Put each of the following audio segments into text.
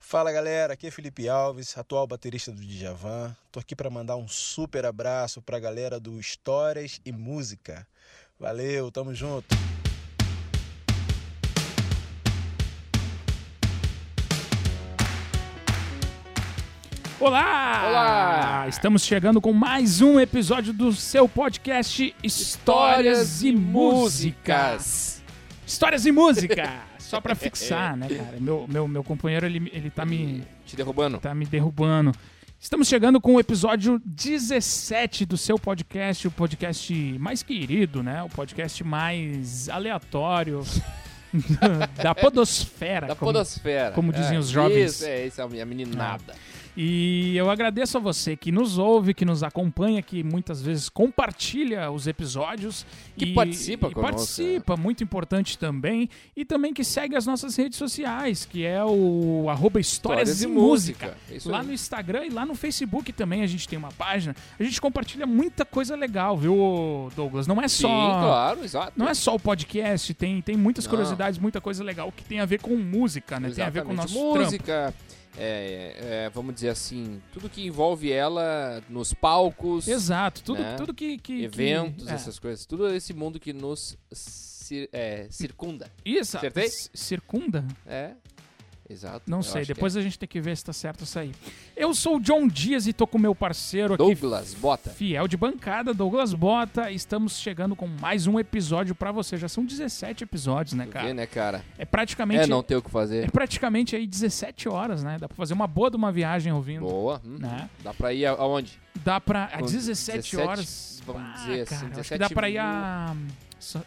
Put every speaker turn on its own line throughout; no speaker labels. Fala galera, aqui é Felipe Alves, atual baterista do Djavan. Tô aqui para mandar um super abraço para a galera do Histórias e Música. Valeu, tamo junto.
Olá!
Olá!
Estamos chegando com mais um episódio do seu podcast Histórias e Músicas. Histórias e Música! Só pra fixar, né, cara? Meu, meu, meu companheiro, ele, ele tá, me,
Te derrubando?
tá me derrubando. Estamos chegando com o episódio 17 do seu podcast, o podcast mais querido, né? O podcast mais aleatório da podosfera.
Da
como-
podosfera.
como dizem
É,
os jovens. Ah,
Isso, é, isso é a minha meninada.
E eu agradeço a você que nos ouve, que nos acompanha, que muitas vezes compartilha os episódios.
Que
e,
participa
e
conosco, é.
participa, muito importante também. E também que segue as nossas redes sociais, que é o arroba Histórias, e Música.
música. É Isso
Lá
aí.
no Instagram e lá no Facebook também a gente tem uma página. A gente compartilha muita coisa legal, viu, Douglas? Não é
Sim,
só...
claro, exato.
Não é só o podcast, tem, tem muitas
Não.
curiosidades, muita coisa legal que tem a ver com música, né? Tem a ver com o nosso
Exatamente.
trampo.
música. é, é, vamos dizer assim, tudo que envolve ela nos palcos,
Exato, tudo,
né?
tudo que, que- que-
eventos,
é.
essas coisas, tudo esse mundo que nos cir- é, circunda.
Isso,
Acertei?
c- circunda?
É, exato.
Não
eu
sei,
acho que é.
depois a gente tem que ver se tá certo isso aí. Eu sou o John Dias e tô com meu parceiro
é.
aqui,
Douglas Bota.
fiel de bancada, Douglas Bota. Estamos chegando com mais um episódio pra você. Já são 17 episódios, né,
Tu
cara?
vê, né, cara?
É praticamente
É, não ter o que
é
fazer.
praticamente aí 17 horas, né? Dá pra fazer uma boa de uma viagem ouvindo.
Boa. hum.
Né?
Dá pra ir a- aonde?
Dá pra. A
Com
17,
17,
horas.
vamos
Ah,
dizer assim,
cara, acho que
17
dá pra ir
mil-
a,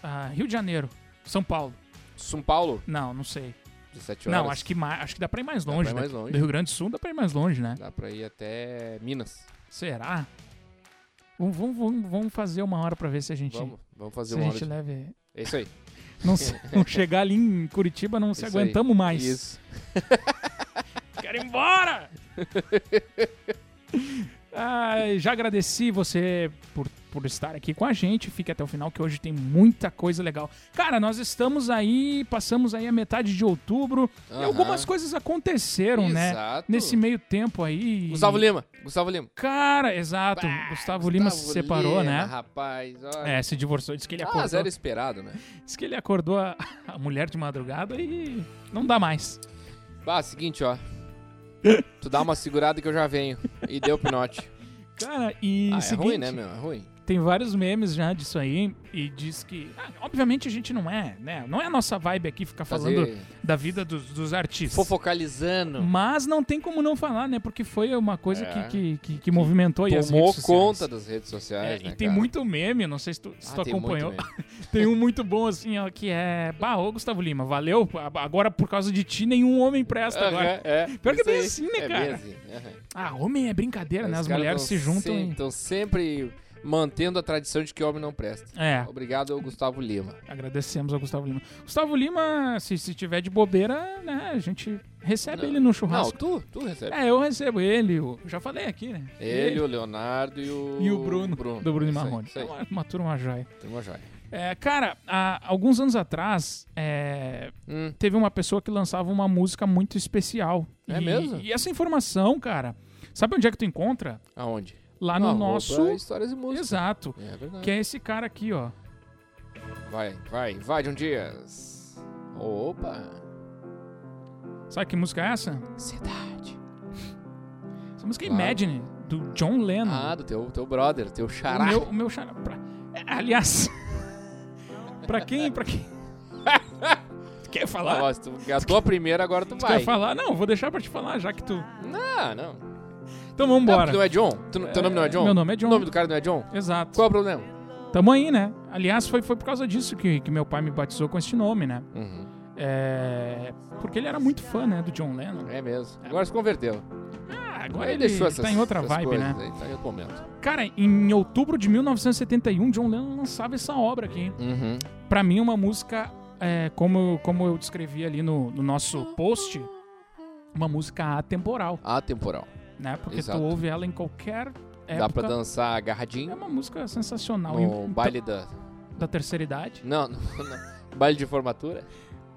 a Rio de Janeiro, São Paulo.
São Paulo?
Não, não sei.
17 horas.
Não, acho que, ma- acho que dá pra ir mais
Dá
longe.
pra ir
né?
mais longe.
Do Rio Grande do Sul dá pra ir mais longe, né?
Dá pra ir até Minas.
Será? Vamos, vamos- vamos- vamos fazer uma hora pra ver se a gente,
Vamos, vamos
se
fazer
a
uma hora.
gente
de-
leva.
É isso aí.
Não, se- não chegar ali em Curitiba, não se
Isso aí.
aguentamos mais.
Isso.
Quero ir embora! Ai, já agradeci você por, por estar aqui com a gente. Fique até o final que hoje tem muita coisa legal. Cara, nós estamos aí, passamos aí a metade de outubro e
Aham.
algumas coisas aconteceram, né?
Exato.
Nesse meio tempo aí.
Gustavo Lima. Gustavo Lima.
Cara, exato.
Bah,
Gustavo Lima se separou,
Lima,
né?
Rapaz, Ah, olha.
É, se divorciou. Diz que ele acordou,
Mas era esperado, né?
diz que ele acordou a, a mulher de madrugada e não dá mais.
Ah, seguinte, ó. tu dá uma segurada que eu já venho. E deu pinote.
Cara, e
ah, é
seguinte,
ruim, né, meu? É ruim.
tem vários memes já disso aí e diz que... ah, obviamente a gente não é, né? Não é a nossa vibe aqui ficar falando Hum,
Fazer
da vida dos, dos artistas.
fofocalizando.
Mas não tem como não falar, né? Porque foi uma coisa
É.
que, que, que, que movimentou aí as
Tomou
redes sociais.
conta das redes sociais,
É,
né,
e tem
cara?
muito meme, não sei se tu, se
Ah,
tu
tem muito
acompanhou.
mesmo.
Tem um muito bom assim, ó, que é. Bah, ô Gustavo Lima, valeu. a- Agora por causa de ti, nenhum homem presta agora.
Aham, é.
Pior que é
Isso
bem
aí.
assim, né,
É
cara?
bem assim, aham.
Ah, homem é brincadeira, né?
Os
As
caras
mulheres
tão
se juntam
sem-
e.
Estão sempre mantendo a tradição de que homem não presta.
É,
Obrigado, Gustavo Lima.
agradecemos ao Gustavo Lima. Gustavo Lima, se, se tiver de bobeira, né? A gente recebe
Não.
ele no
Não,
churrasco.
tu, tu recebe.
É, eu recebo ele, eu já falei aqui, né?
Ele, o Leonardo e o.
e o Bruno, do Bruno e
Isso aí,
Marrone.
Isso aí.
É uma, uma turma joia.
Tem uma joia.
É, cara, há alguns anos atrás, é,
Hum,
teve uma pessoa que lançava uma música muito especial.
É
E-
mesmo?
E essa informação, cara, sabe onde é que tu encontra?
aonde?
Lá Ah, no
Arroba
nosso.
Histórias e música.
Exato.
É verdade.
Que é esse cara aqui, ó.
Vai, vai, vai, John Dias. Opa!
Sabe que música é essa?
Cidade.
Essa música é
Claro.
Imagine, do John Lennon.
Ah, do teu, teu brother, teu
o
xará.
meu, o meu xará. pra- é, aliás, pra quem. Pra quem. Tu quer falar?
Ó, se tu gastou a primeira, agora tu
Tu
vai.
quer falar? Não, vou deixar pra te falar, já que tu.
Não, não.
Então
Não, porque
vambora.
não é John? Tu não- teu nome não é John?
Meu nome é John.
O nome do cara não é John?
Exato.
Qual é o problema?
Tamo aí, né? Aliás, foi, foi por causa disso que, que meu pai me batizou com esse nome, né?
Uhum.
É, Porque ele era muito fã, né, do John Lennon.
É mesmo. Agora se converteu.
Ah,
Aí
agora ele,
deixou essas,
tá em outra
essas
vibe,
coisas
né?
aí, tá em outro momento.
Cara, em outubro de 1971, John Lennon lançava essa obra aqui.
Uhum.
Pra mim, uma música, é, como, como eu descrevi ali no, no nosso post, uma música atemporal,
Atemporal.
né? Porque
Exato.
tu ouve ela em qualquer época.
Dá pra dançar
É
agarradinho
uma música sensacional. E,
no
então,
baile da...
Da terceira idade.
Não, não, não. Baile de formatura?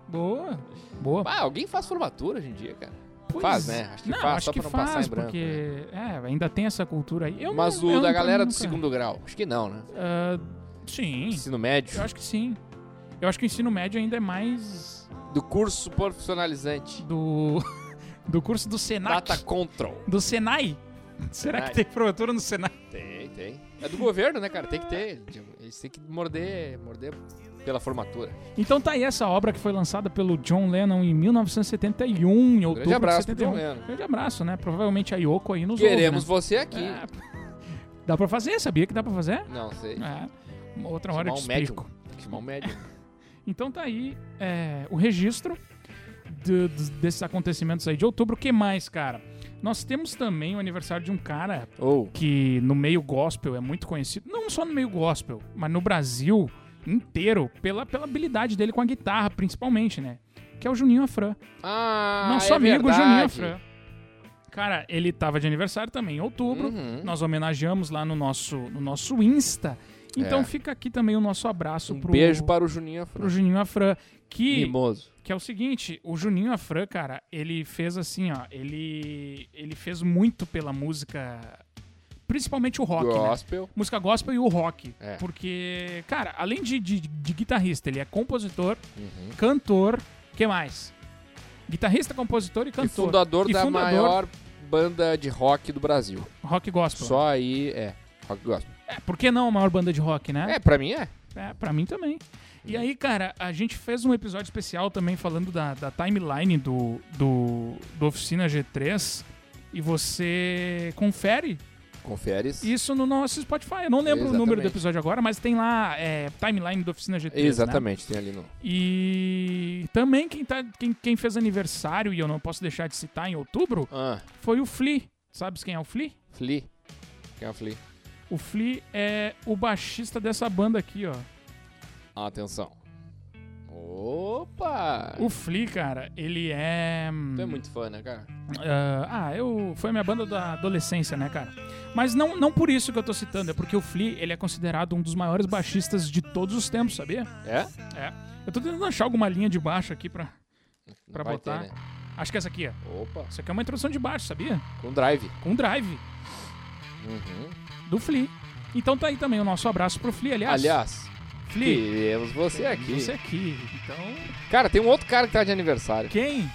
Boa, boa.
Ah, alguém faz formatura hoje em dia, cara.
Pois-
Faz, né? Acho que
não,
faz,
acho
só
que
pra não
faz,
passar em branco, né?
porque... É, ainda tem essa cultura aí. Eu
Mas
não-
o
eu
da
não-
galera é do
nunca-
segundo grau, acho que não, né?
Ah, sim,
Ensino médio.
eu acho que sim. Eu acho que o ensino médio ainda é mais
Do curso profissionalizante.
do, do curso do Senac.
Data Control.
Do Senai. Será que
Senai.
tem formatura no Senai?
Tem, tem. É do governo, né, cara? Tem que ter. Eles têm que morder, morder pela formatura.
Então tá aí essa obra que foi lançada pelo John Lennon em 1971, em outubro
abraço
de
pro John
71.
Lennon.
Grande abraço, né? Provavelmente a Yoko aí nos
Queremos
ouve,
você
né?
aqui.
É. Dá pra fazer? Sabia que dá pra fazer?
Não sei.
É. Uma Outra hora eu te
Chamar um médium.
explico.
Chamar um médium.
Então tá aí é, o registro do- dos- desses acontecimentos aí de outubro. O que mais, cara? Nós temos também o aniversário de um cara
Ou.
que no meio gospel é muito conhecido, não só no meio gospel, mas no Brasil inteiro, pela, pela habilidade dele com a guitarra, principalmente, né? Que é o Juninho Afran.
Ah,
Nosso
é
amigo
verdade.
Juninho Afran. Cara, ele tava de aniversário também em outubro.
Uhum.
Nós homenageamos lá no nosso, no nosso Insta. Então
É.
fica aqui também o nosso abraço
Um
pro,
beijo para o Juninho Afran.
pro Juninho Afran. Que
Mimoso.
que é o seguinte, o Juninho Afran, cara, ele fez assim, ó, ele ele fez muito pela música, principalmente o rock, né?
Gospel.
Música gospel e o rock.
É.
Porque, cara, além de, de, de guitarrista, ele é compositor,
Uhum.
cantor, que mais? Guitarrista, compositor e
E
cantor.
fundador
E
da
fundador.
maior banda de rock do Brasil.
Rock gospel.
Só aí é. Rock gospel.
É, por que não a maior banda de rock, né?
É, pra mim é.
É, pra mim também. E aí, cara, a gente fez um episódio especial também falando da, da timeline do, do, do Oficina G3. E você confere
Confere.
isso no nosso Spotify. Eu não lembro o número do
Exatamente.
episódio agora, mas tem lá é, timeline do Oficina G3. né?
Exatamente, tem ali no.
E também quem, tá, quem, quem fez aniversário, e eu não posso deixar de citar em outubro,
Ah,
foi o Flea. Sabes quem é o Flea?
Flea. Quem é o Flea?
O Flea é o baixista dessa banda aqui, ó.
Ah, Atenção. Opa!
O Flea, cara, ele é.
Tu é muito fã, né, cara?
Ah, ah, eu foi a minha banda da adolescência, né, cara? Mas não, não por isso que eu tô citando, é porque o Flea, ele é considerado um dos maiores baixistas de todos os tempos, sabia?
É?
Eu tô tentando achar alguma linha de baixo aqui pra...
Não
Pra
vai
botar.
ter, né?
Acho que é essa aqui, ó.
Opa,
Isso aqui é uma introdução de baixo, sabia?
com drive.
Com drive
Uhum.
do Flea. Então tá aí também o nosso abraço pro Flea, aliás.
Aliás,
Flea,
queremos você é aqui.
você aqui. Então,
Cara, tem um outro cara que tá de aniversário.
quem?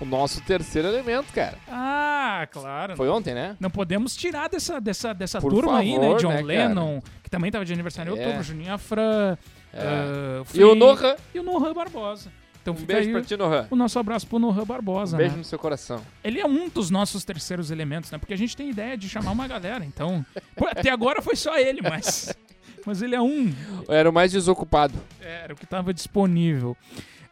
O nosso terceiro elemento, cara.
Ah, claro.
Foi ontem, né?
Não podemos tirar dessa, dessa, dessa
Por
turma aí, né?
favor,
John
né, cara?
Lennon, que também tava de aniversário em
É.
outubro, Juninho Afran, ah,
E o
Flea.
Nohan.
e o Nohan Barbosa. Então
Um
fica
beijo
aí
pra ti, Nohan.
o nosso abraço pro Nohan
Um
Barbosa,
beijo
né?
no seu coração.
Ele é um dos nossos terceiros elementos, né? Porque a gente tem ideia de chamar uma galera, então... Pô, Até agora foi só ele, mas... Mas ele é um.
Era o mais desocupado.
Era o que estava disponível.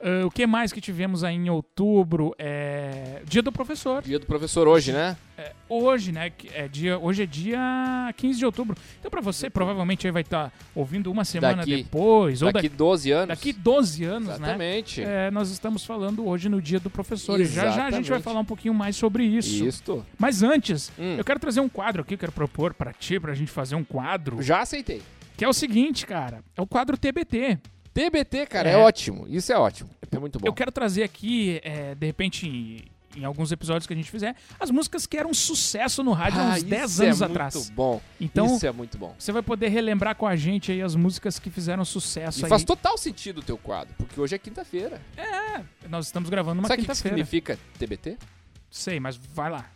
Ah, o que mais que tivemos aí em outubro? É... Dia do professor.
Dia do professor hoje, né?
É, hoje, né? que É dia, hoje é dia 15 de outubro. Então, pra você, provavelmente aí vai estar ouvindo uma semana
Daqui-
depois, ou
Daqui 12 anos.
daqui 12 anos, né?
Exatamente.
É, nós estamos falando hoje no Dia do Professor. E já já a gente vai
Exatamente.
falar um pouquinho mais sobre isso.
Isso.
Mas antes,
Hum.
eu quero trazer um quadro aqui, eu quero propor pra ti, pra gente fazer um quadro,
Já aceitei.
que é o seguinte, cara, é o quadro TBT.
TBT, cara, é.
É.
ótimo. Isso é ótimo. É muito bom.
Eu quero trazer aqui, é, de repente, em, em alguns episódios que a gente fizer, as músicas que eram um sucesso no rádio há uns 10 anos
é
atrás.
Muito bom.
Então,
isso é muito bom.
você vai poder relembrar com a gente aí as músicas que fizeram sucesso
E
aí.
faz total sentido o teu quadro, porque hoje é quinta-feira.
Nós estamos gravando uma
Sabe o que que
quinta-feira.
significa TBT?
Sei, mas vai lá.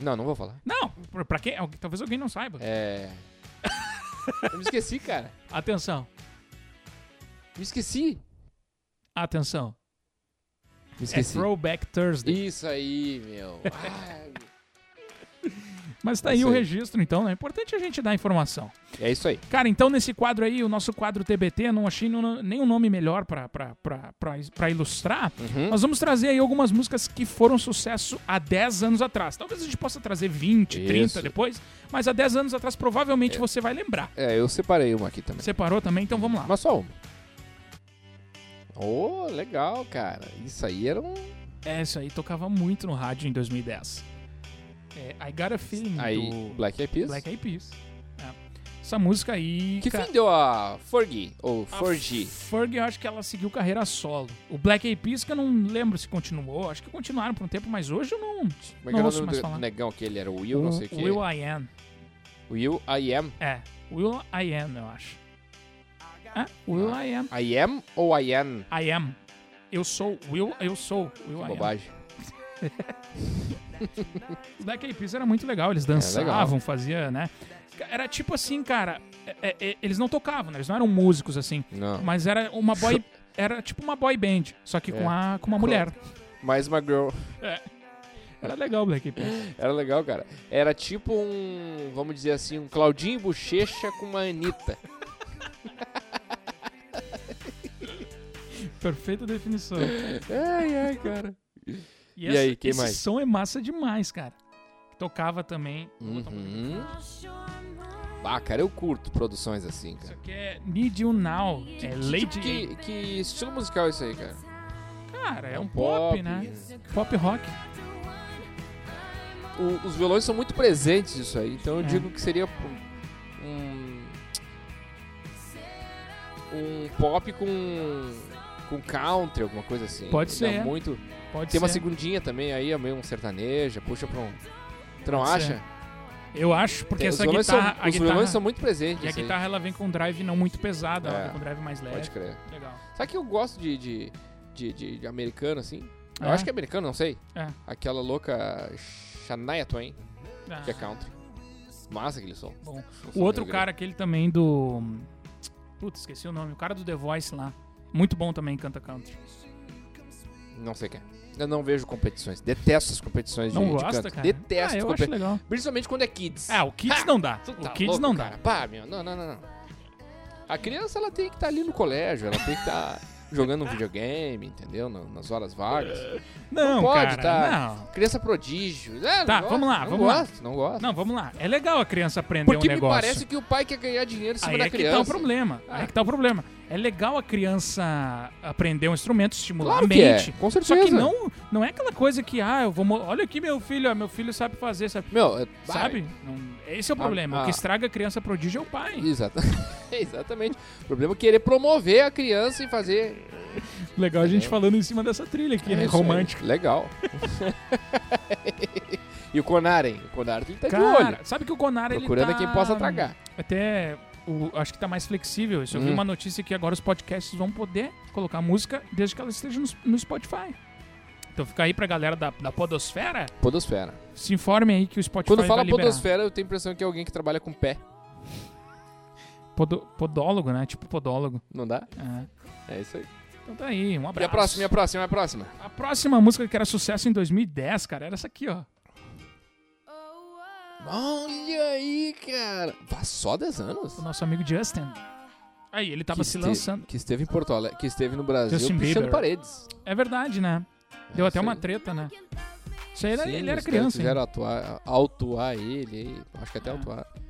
Não, não vou falar.
Não, pra- pra quem? Talvez alguém não saiba.
É. Eu me esqueci, cara.
Atenção,
Me esqueci.
atenção.
Me
É
esqueci.
Throwback Thursday.
Isso aí, meu. Ai,
Mas tá aí
Isso
o
aí.
registro, então, né? É importante a gente dar informação.
é isso aí.
Cara, então nesse quadro aí, o nosso quadro TBT, não achei nenhum nenhum nome melhor pra, pra, pra, pra, pra ilustrar.
Uhum.
Nós vamos trazer aí algumas músicas que foram sucesso há 10 anos atrás. Talvez a gente possa trazer 20, 30
Isso.
depois, mas há 10 anos atrás provavelmente você vai lembrar.
É, eu separei uma aqui também.
Separou também? Então vamos lá.
Mas só uma. Ô, legal, cara. Isso aí era um.
É, isso aí tocava muito no rádio em 2010. É, I Got a Feeling
Aí,
do
Black Eyed Peas.
Black Eyed Peas. É. Essa música aí.
Que
cara,
fim deu a Fergie? Ou
a
Fergie?
Fergie, eu acho que ela seguiu carreira solo. O Black Eyed Peas, que eu não lembro se continuou. Acho que continuaram por um tempo, mas hoje eu não,
Como é que
não
era o
ouço
nome
mais
do,
falar.
do negão que ele era? O Will, não sei é. o que.
Will I Am.
Will I Am.
É. Will I Am, eu acho. É, Will
Ah.
I Am.
I Am ou I Am?
I Am. Eu sou. Will, eu sou. Will I Am.
Bobagem.
Os Black Eyed Peas era muito legal, eles dançavam,
É, legal.
fazia, né? Era tipo assim, cara, é- é- é- eles não tocavam, né? eles não eram músicos assim,
Não.
mas era uma boy, era tipo uma boy band, só que com,
É.
a, com uma mulher.
Mais uma girl.
Era legal o Black Eyed Peas.
Era legal, cara. Era tipo um, vamos dizer assim, um Claudinho Bochecha com uma Anitta.
Perfeita definição.
Ai, ai, cara.
E,
E aí, quem
esse
mais?
som é massa demais, cara. Tocava também.
Uhum. Ah, cara, eu curto produções assim,
Isso
cara. Tipo
aqui é Need You Now, é Lady
Que, que estilo musical é isso aí, cara?
Cara, é um
um
pop,
pop,
né? Pop rock.
O- os violões são muito presentes isso aí, então eu
É.
digo que seria um- um um pop com com country, alguma coisa assim.
Pode
Dá
ser.
Muito.
Pode
Tem uma
ser.
segundinha também aí, é meio um sertaneja, puxa pra um. Tu não
Pode ser.
acha?
Eu acho, porque
Tem-
essa
É, os violões
guitarra.
são,
a
os
guitarra...
violões são muito presentes.
E a
isso aí.
guitarra ela vem com um drive não muito pesado, ela
É.
vem com um drive mais leve.
Pode crer.
Legal.
Sabe que eu gosto de, de, de, de- de americano, assim? Eu
É?
acho que é americano, não sei.
É.
Aquela louca Shania Twain,
Ah,
que é country. Massa aquele som.
bom.
Um som
O outro
meio
cara, aquele também do. Putz, esqueci o nome. O cara do The Voice lá. Muito bom também, canta country.
grande. Não sei quem. Eu não vejo competições. Detesto as competições de,
Não
de
gosta,
canto.
cara?
Detesto
ah, eu acho
competições.
legal.
Principalmente quando é kids.
Ah, o Kids
Ha!
não dá.
Tu
o
tá
Kids
louco,
não
cara.
dá.
Pá, meu, não, não, não, não. A criança, ela tem que estar ali no colégio, ela tem que estar jogando um videogame, entendeu? Na- Nas horas vagas.
Não,
pode,
cara.
tá?
Não.
Criança prodígio. Ah, não
Tá,
gosto,
vamos lá,
não
vamos lá.
gosto, Não gosto.
Não, vamos lá. É legal a criança aprender
Porque
um
me
negócio.
parece que o pai quer ganhar dinheiro em cima
Aí
da
é que
criança.
tá o problema. Aí é que tá o problema. É legal a criança aprender um instrumento, estimular
Claro
a
que é,
mente.
com
Só que
certeza.
não, não é aquela coisa que, ah, eu vou. mo- Olha aqui meu filho, ó, meu filho sabe fazer, sabe?
Meu, é-
Sabe? Não- esse é o problema.
ah.
O que estraga a criança prodígio é o pai.
Exata- Exatamente. O problema é querer promover a criança e fazer.
Legal a gente falando em cima dessa trilha aqui,
É
né?
isso aí.
Romântica.
Legal. e o Conaren? O Conaren ele tá de olho.
Cara, sabe que o Conar ele
Procurando
tá...
quem possa tragar.
Até. o- acho que tá mais flexível. Isso eu vi
Hum.
uma notícia que agora os podcasts vão poder colocar música desde que ela esteja no, no Spotify. Então fica aí pra galera da, da Podosfera.
Podosfera.
Se informem aí que o Spotify
Quando fala
vai liberar.
podosfera, eu tenho a impressão que é alguém que trabalha com pé.
Podo- podólogo, né? Tipo podólogo.
Não dá?
É.
É isso aí.
Então tá aí, um
E
abraço.
a próxima, e a próxima, e a próxima?
A próxima música que era sucesso em 2010, cara, era essa aqui, ó.
Olha aí, cara. Vá só 10 anos.
O nosso amigo Justin. Aí, ele tava
que
se
esteve-
lançando.
Que esteve em Porto Alegre, que esteve no Brasil
Justin
pichando
Bieber.
paredes.
É verdade, né? Deu
É
até
isso
uma
aí.
treta, né? Isso aí, era-
Sim,
ele era
os caras
criança.
Quiseram atuar, autuar ele, aí. acho que até
Ah.
autuar.
hein?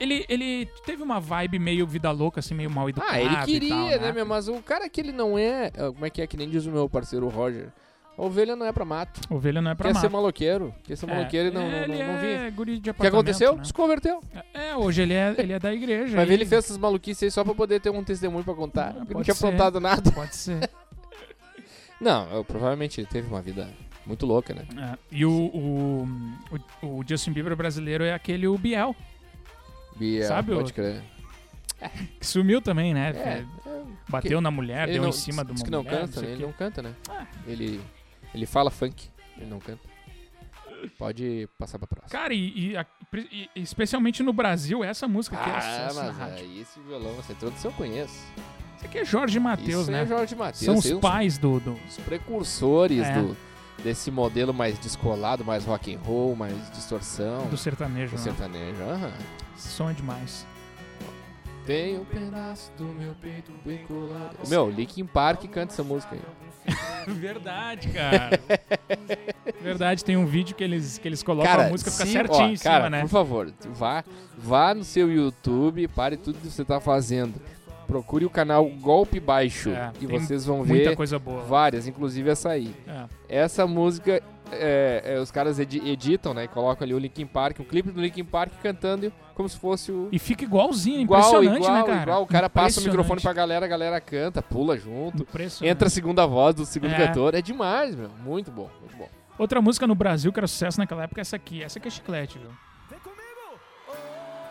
Ele, ele teve uma vibe meio vida louca, assim, meio mal educado
Ah, ele queria,
e tal,
né, meu? Mas o cara que ele não é, ah, como é que é, que nem diz o meu parceiro Roger, a ovelha não é pra mato.
Ovelha não é pra
quer
mato. É,
ser maloqueiro, quer ser maloqueiro e não, não,
ele
não, não vinha.
é guri de
O que
apartamento,
aconteceu?
né?
Se converteu.
É, hoje ele é, ele é da igreja.
Vai ver,
aí-
ele fez essas maluquices aí só pra poder ter um testemunho pra contar.
Ah,
Ele não
pode
tinha
ser.
aprontado nada.
Pode ser.
Não, eu- provavelmente ele teve uma vida muito louca, né?
É, E o, o, o- o Justin Bieber brasileiro é aquele o Biel,
Bia,
Sabe o-
pode crer.
que sumiu também, né?
É,
Bateu na mulher,
ele
é, deu
não-
em cima do
diz que não
mulher,
canta, né?
sei o
Ele
quê.
não canta, né?
Ah.
Ele, ele fala funk, ele não canta. Pode passar pra próxima.
Cara, e, e a- e- e especialmente no Brasil, essa música aqui é
Ah,
acesso na
mas
rádio.
aí esse violão, essa introdução eu conheço.
Isso aqui é Jorge Matheus,
Isso aí
né?
é Jorge Matheus.
São
aí
os
uns-
pais do, do-
Os precursores
É.
do, desse modelo mais descolado, mais rock and roll, mais distorção.
do sertanejo,
do
né?
sertanejo. Aham.
Esse som é demais.
Tem um pedaço do meu peito bem colado. Meu, Linkin Park canta essa música aí.
Verdade, cara. Verdade, tem um vídeo que eles, que eles colocam a música, fica
se-
certinho
ó,
em
cara,
cima, né?
Por favor, tu vá, vá no seu YouTube, pare tudo que você tá fazendo. Procure o canal Golpe Baixo
É,
e
tem
vocês vão
Muita
ver
coisa boa.
várias, inclusive essa aí.
É.
Essa música, é, é, os caras edi- editam, né? E colocam ali o Linkin Park, um clipe do Linkin Park cantando como se fosse o...
E fica igualzinho,
Igual,
impressionante,
igual,
né, cara?
igual. O cara passa o
Impressionante.
microfone pra galera, a galera canta, pula junto.
Impressionante.
Entra a segunda voz do segundo
É.
cantor. É demais, meu. Muito bom, muito bom.
Outra música no Brasil que era sucesso naquela época é essa aqui. Essa aqui é chiclete, viu?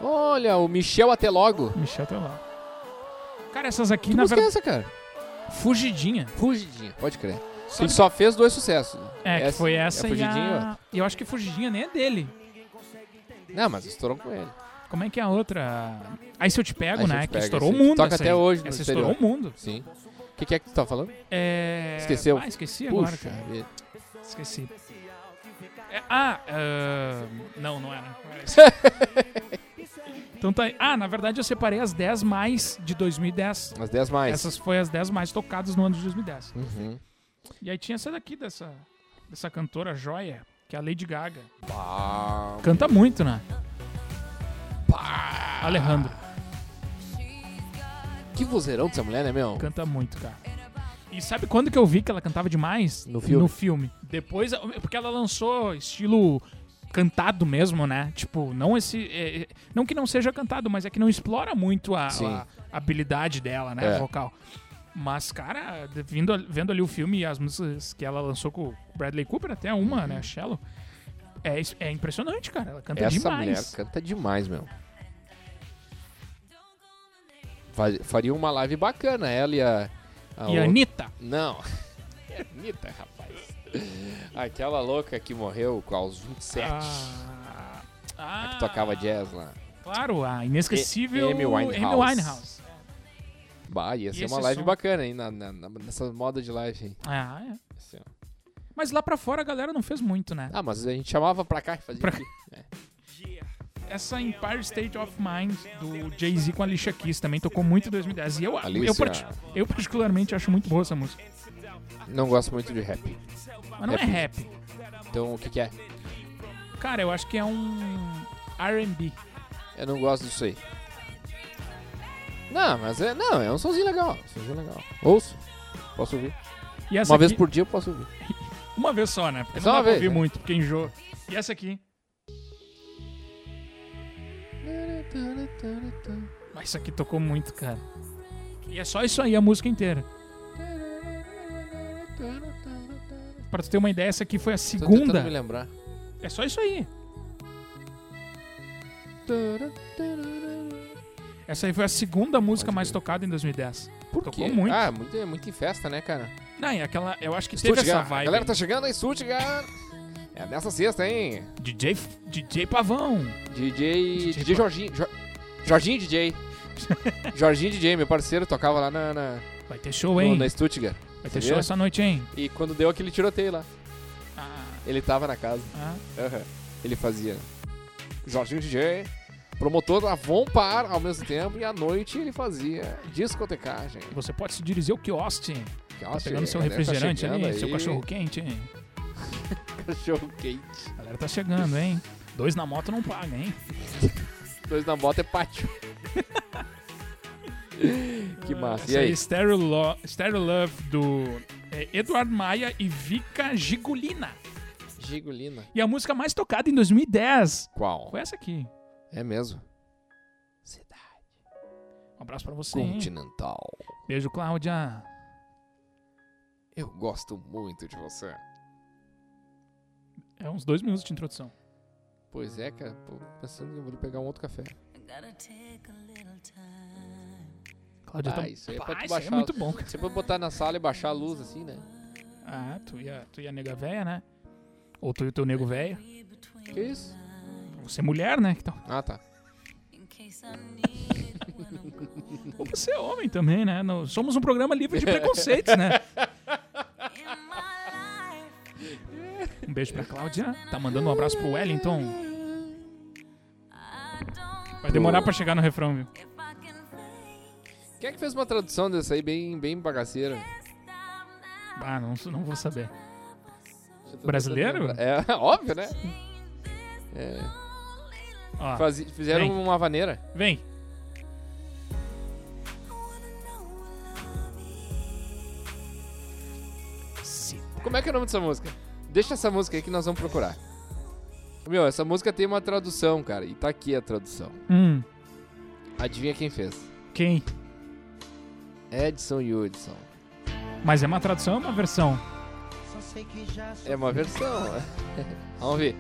Olha, o Michel Até Logo.
Michel tá lá. Cara, essas aqui,
Que
na
música é
verdade,
essa, cara?
fugidinha.
Fugidinha, pode crer.
Só
Ele só fez dois sucessos. né?
É, que foi essa
é
e
Fugidinha,
a... E eu acho que Fugidinha nem é dele.
Não, mas estourou com ele.
Como é que é a outra? Aí Se Eu Te Pego,
Aí Se Eu
né?
Te
que
Pego,
estourou o
esse-
mundo
toca
essa
até
aí.
hoje no
Essa
exterior.
estourou o mundo.
Sim. O que, que é que tu tá falando?
É...
Esqueceu.
Ah, esqueci agora,
Puxa
cara.
vida.
Esqueci. É, ah, ahn, não, não era. Não era isso. então tá aí. Ah, na verdade eu separei as 10 mais de 2010.
Umas 10 mais.
Essas foi as 10 mais tocadas no ano de 2010.
Uhum.
E aí tinha essa daqui dessa, dessa cantora joia, que é a Lady Gaga.
Pá,
Canta muito, né? Alejandro,
que vozeirão dessa mulher, né, meu?
canta muito, cara. E sabe quando que eu vi que ela cantava demais?
No filme.
Depois, porque ela lançou estilo cantado mesmo, né? Tipo, não esse... é, é, não que não seja cantado, mas é que não explora muito a,
Sim.
a habilidade dela, né?
É.
Vocal. Mas, cara, vindo, vendo ali o filme e as músicas que ela lançou com o Bradley Cooper, até uma, né? Shallow. É, is- é impressionante, cara. Ela canta
Uhum. Essa mulher
demais.
canta demais, meu. Fa- Faria uma live bacana, ela e a.
E
a
a
outra-
Anitta.
Não. É Anitta, rapaz. Aquela louca que morreu com aos 27.
Ah, ah,
Que tocava jazz lá.
Claro, a inesquecível
E- Amy Winehouse. Bah, ia ser uma
esse
live
som?
bacana, hein? Na, na, na- nessa moda de live, hein?
Ah, é.
Assim, ó.
Mas lá pra fora a galera não fez muito, né?
Ah, mas a gente chamava pra cá e fazia.
Pra-
aqui. É.
Essa Empire State of Mind do Jay-Z com a Alicia Keys também tocou muito em 2010. E eu,
Alicia.
eu, parti- eu particularmente acho muito boa essa música.
Não gosto muito de rap.
Mas não é rap.
Então o que, que é?
Cara, eu acho que é um R&B.
Eu não gosto disso aí. Não, mas é. Não, é um somzinho legal. um Somzinho legal. Ouço. Posso ouvir.
E essa
Uma vez
aqui-
por dia eu posso ouvir.
Uma vez só, né? Porque
É
não
só
dá
uma
pra
vez,
ouvir
né?
muito, porque enjoa. E essa aqui? Mas isso aqui tocou muito, cara. E é só isso aí, a música inteira. Pra tu ter uma ideia, essa aqui foi a
Tô tentando me
segunda.
lembrar.
É só isso aí. Essa aí foi a segunda música
Pode
mais
crer.
tocada em 2010.
Por
Tocou
quê?
muito.
Ah, muito, é muito em festa, né, cara?
Não, e aquela. Eu acho que teve essa
A
vibe.
galera
aí.
tá chegando aí, Stuttgart. É nessa sexta, hein?
DJ, F- DJ Pavão.
DJ.
DJ
DJ Jorginho. Jo- Jorginho DJ. Jorginho DJ, meu parceiro, tocava lá na, na,
Vai ter show,
no,
hein?
na Stuttgart.
Vai ter
sabia?
show essa noite, hein?
E quando deu aquele tiroteio lá,
Ah,
ele tava na casa.
ah.
Aham. Ele fazia Jorginho DJ, promotor da Von Par ao mesmo tempo, e à noite ele fazia discotecagem.
Você pode se dirigir ao quiosque. Tá
Nossa,
pegando seu
a galera tá
refrigerante
chegando
ali, seu
aí.
cachorro quente, hein?
Cachorro quente.
A galera tá chegando, hein? Dois na moto não paga, hein?
Dois na bota é pátio. que massa. E
Essa aí,
aí?
Stereo, Lo- Stereo Love do é, Eduardo Maia e Vika Gigulina.
Gigolina.
E a música mais tocada em 2010
Qual?
foi essa aqui.
É mesmo. Cidade
Um abraço pra você. hein?
continental.
Beijo, Cláudia.
Eu gosto muito de você.
É uns dois minutos de introdução.
Pois é, cara. Pô, pensando que eu vou pegar um outro café.
Cláudia
Ah,
tá...
isso aí é pra
Pá,
tu
isso aí é
baixar.
muito bom, cara.
Você pode botar na sala e baixar a luz assim, né?
Ah, tu ia, tu ia nega véia, né? Ou tu e o teu nego véia.
Que isso?
Você é mulher, né? Então,
Ah, tá.
ou você é homem também, né? Não- somos um programa livre de preconceitos, né? Um beijo pra Cláudia. Tá mandando um abraço pro Wellington. Vai demorar pra chegar no refrão, viu?
Quem é que fez uma tradução dessa aí bem, bem bagaceira?
Ah, não, não vou saber.
Deixa eu tentar
Brasileiro?
lembrar. É, óbvio, né? É,
Ó,
fazi- fizeram
Vem.
uma vaneira.
vem.
Como é que é o nome dessa música? Deixa essa música aí que nós vamos procurar. Meu, essa música tem uma tradução, cara. E tá aqui a tradução.
Hum,
Adivinha quem fez?
quem?
Edson e Hudson.
Mas é uma tradução ou é uma versão?
Só sei que já
É uma versão. vamos ver.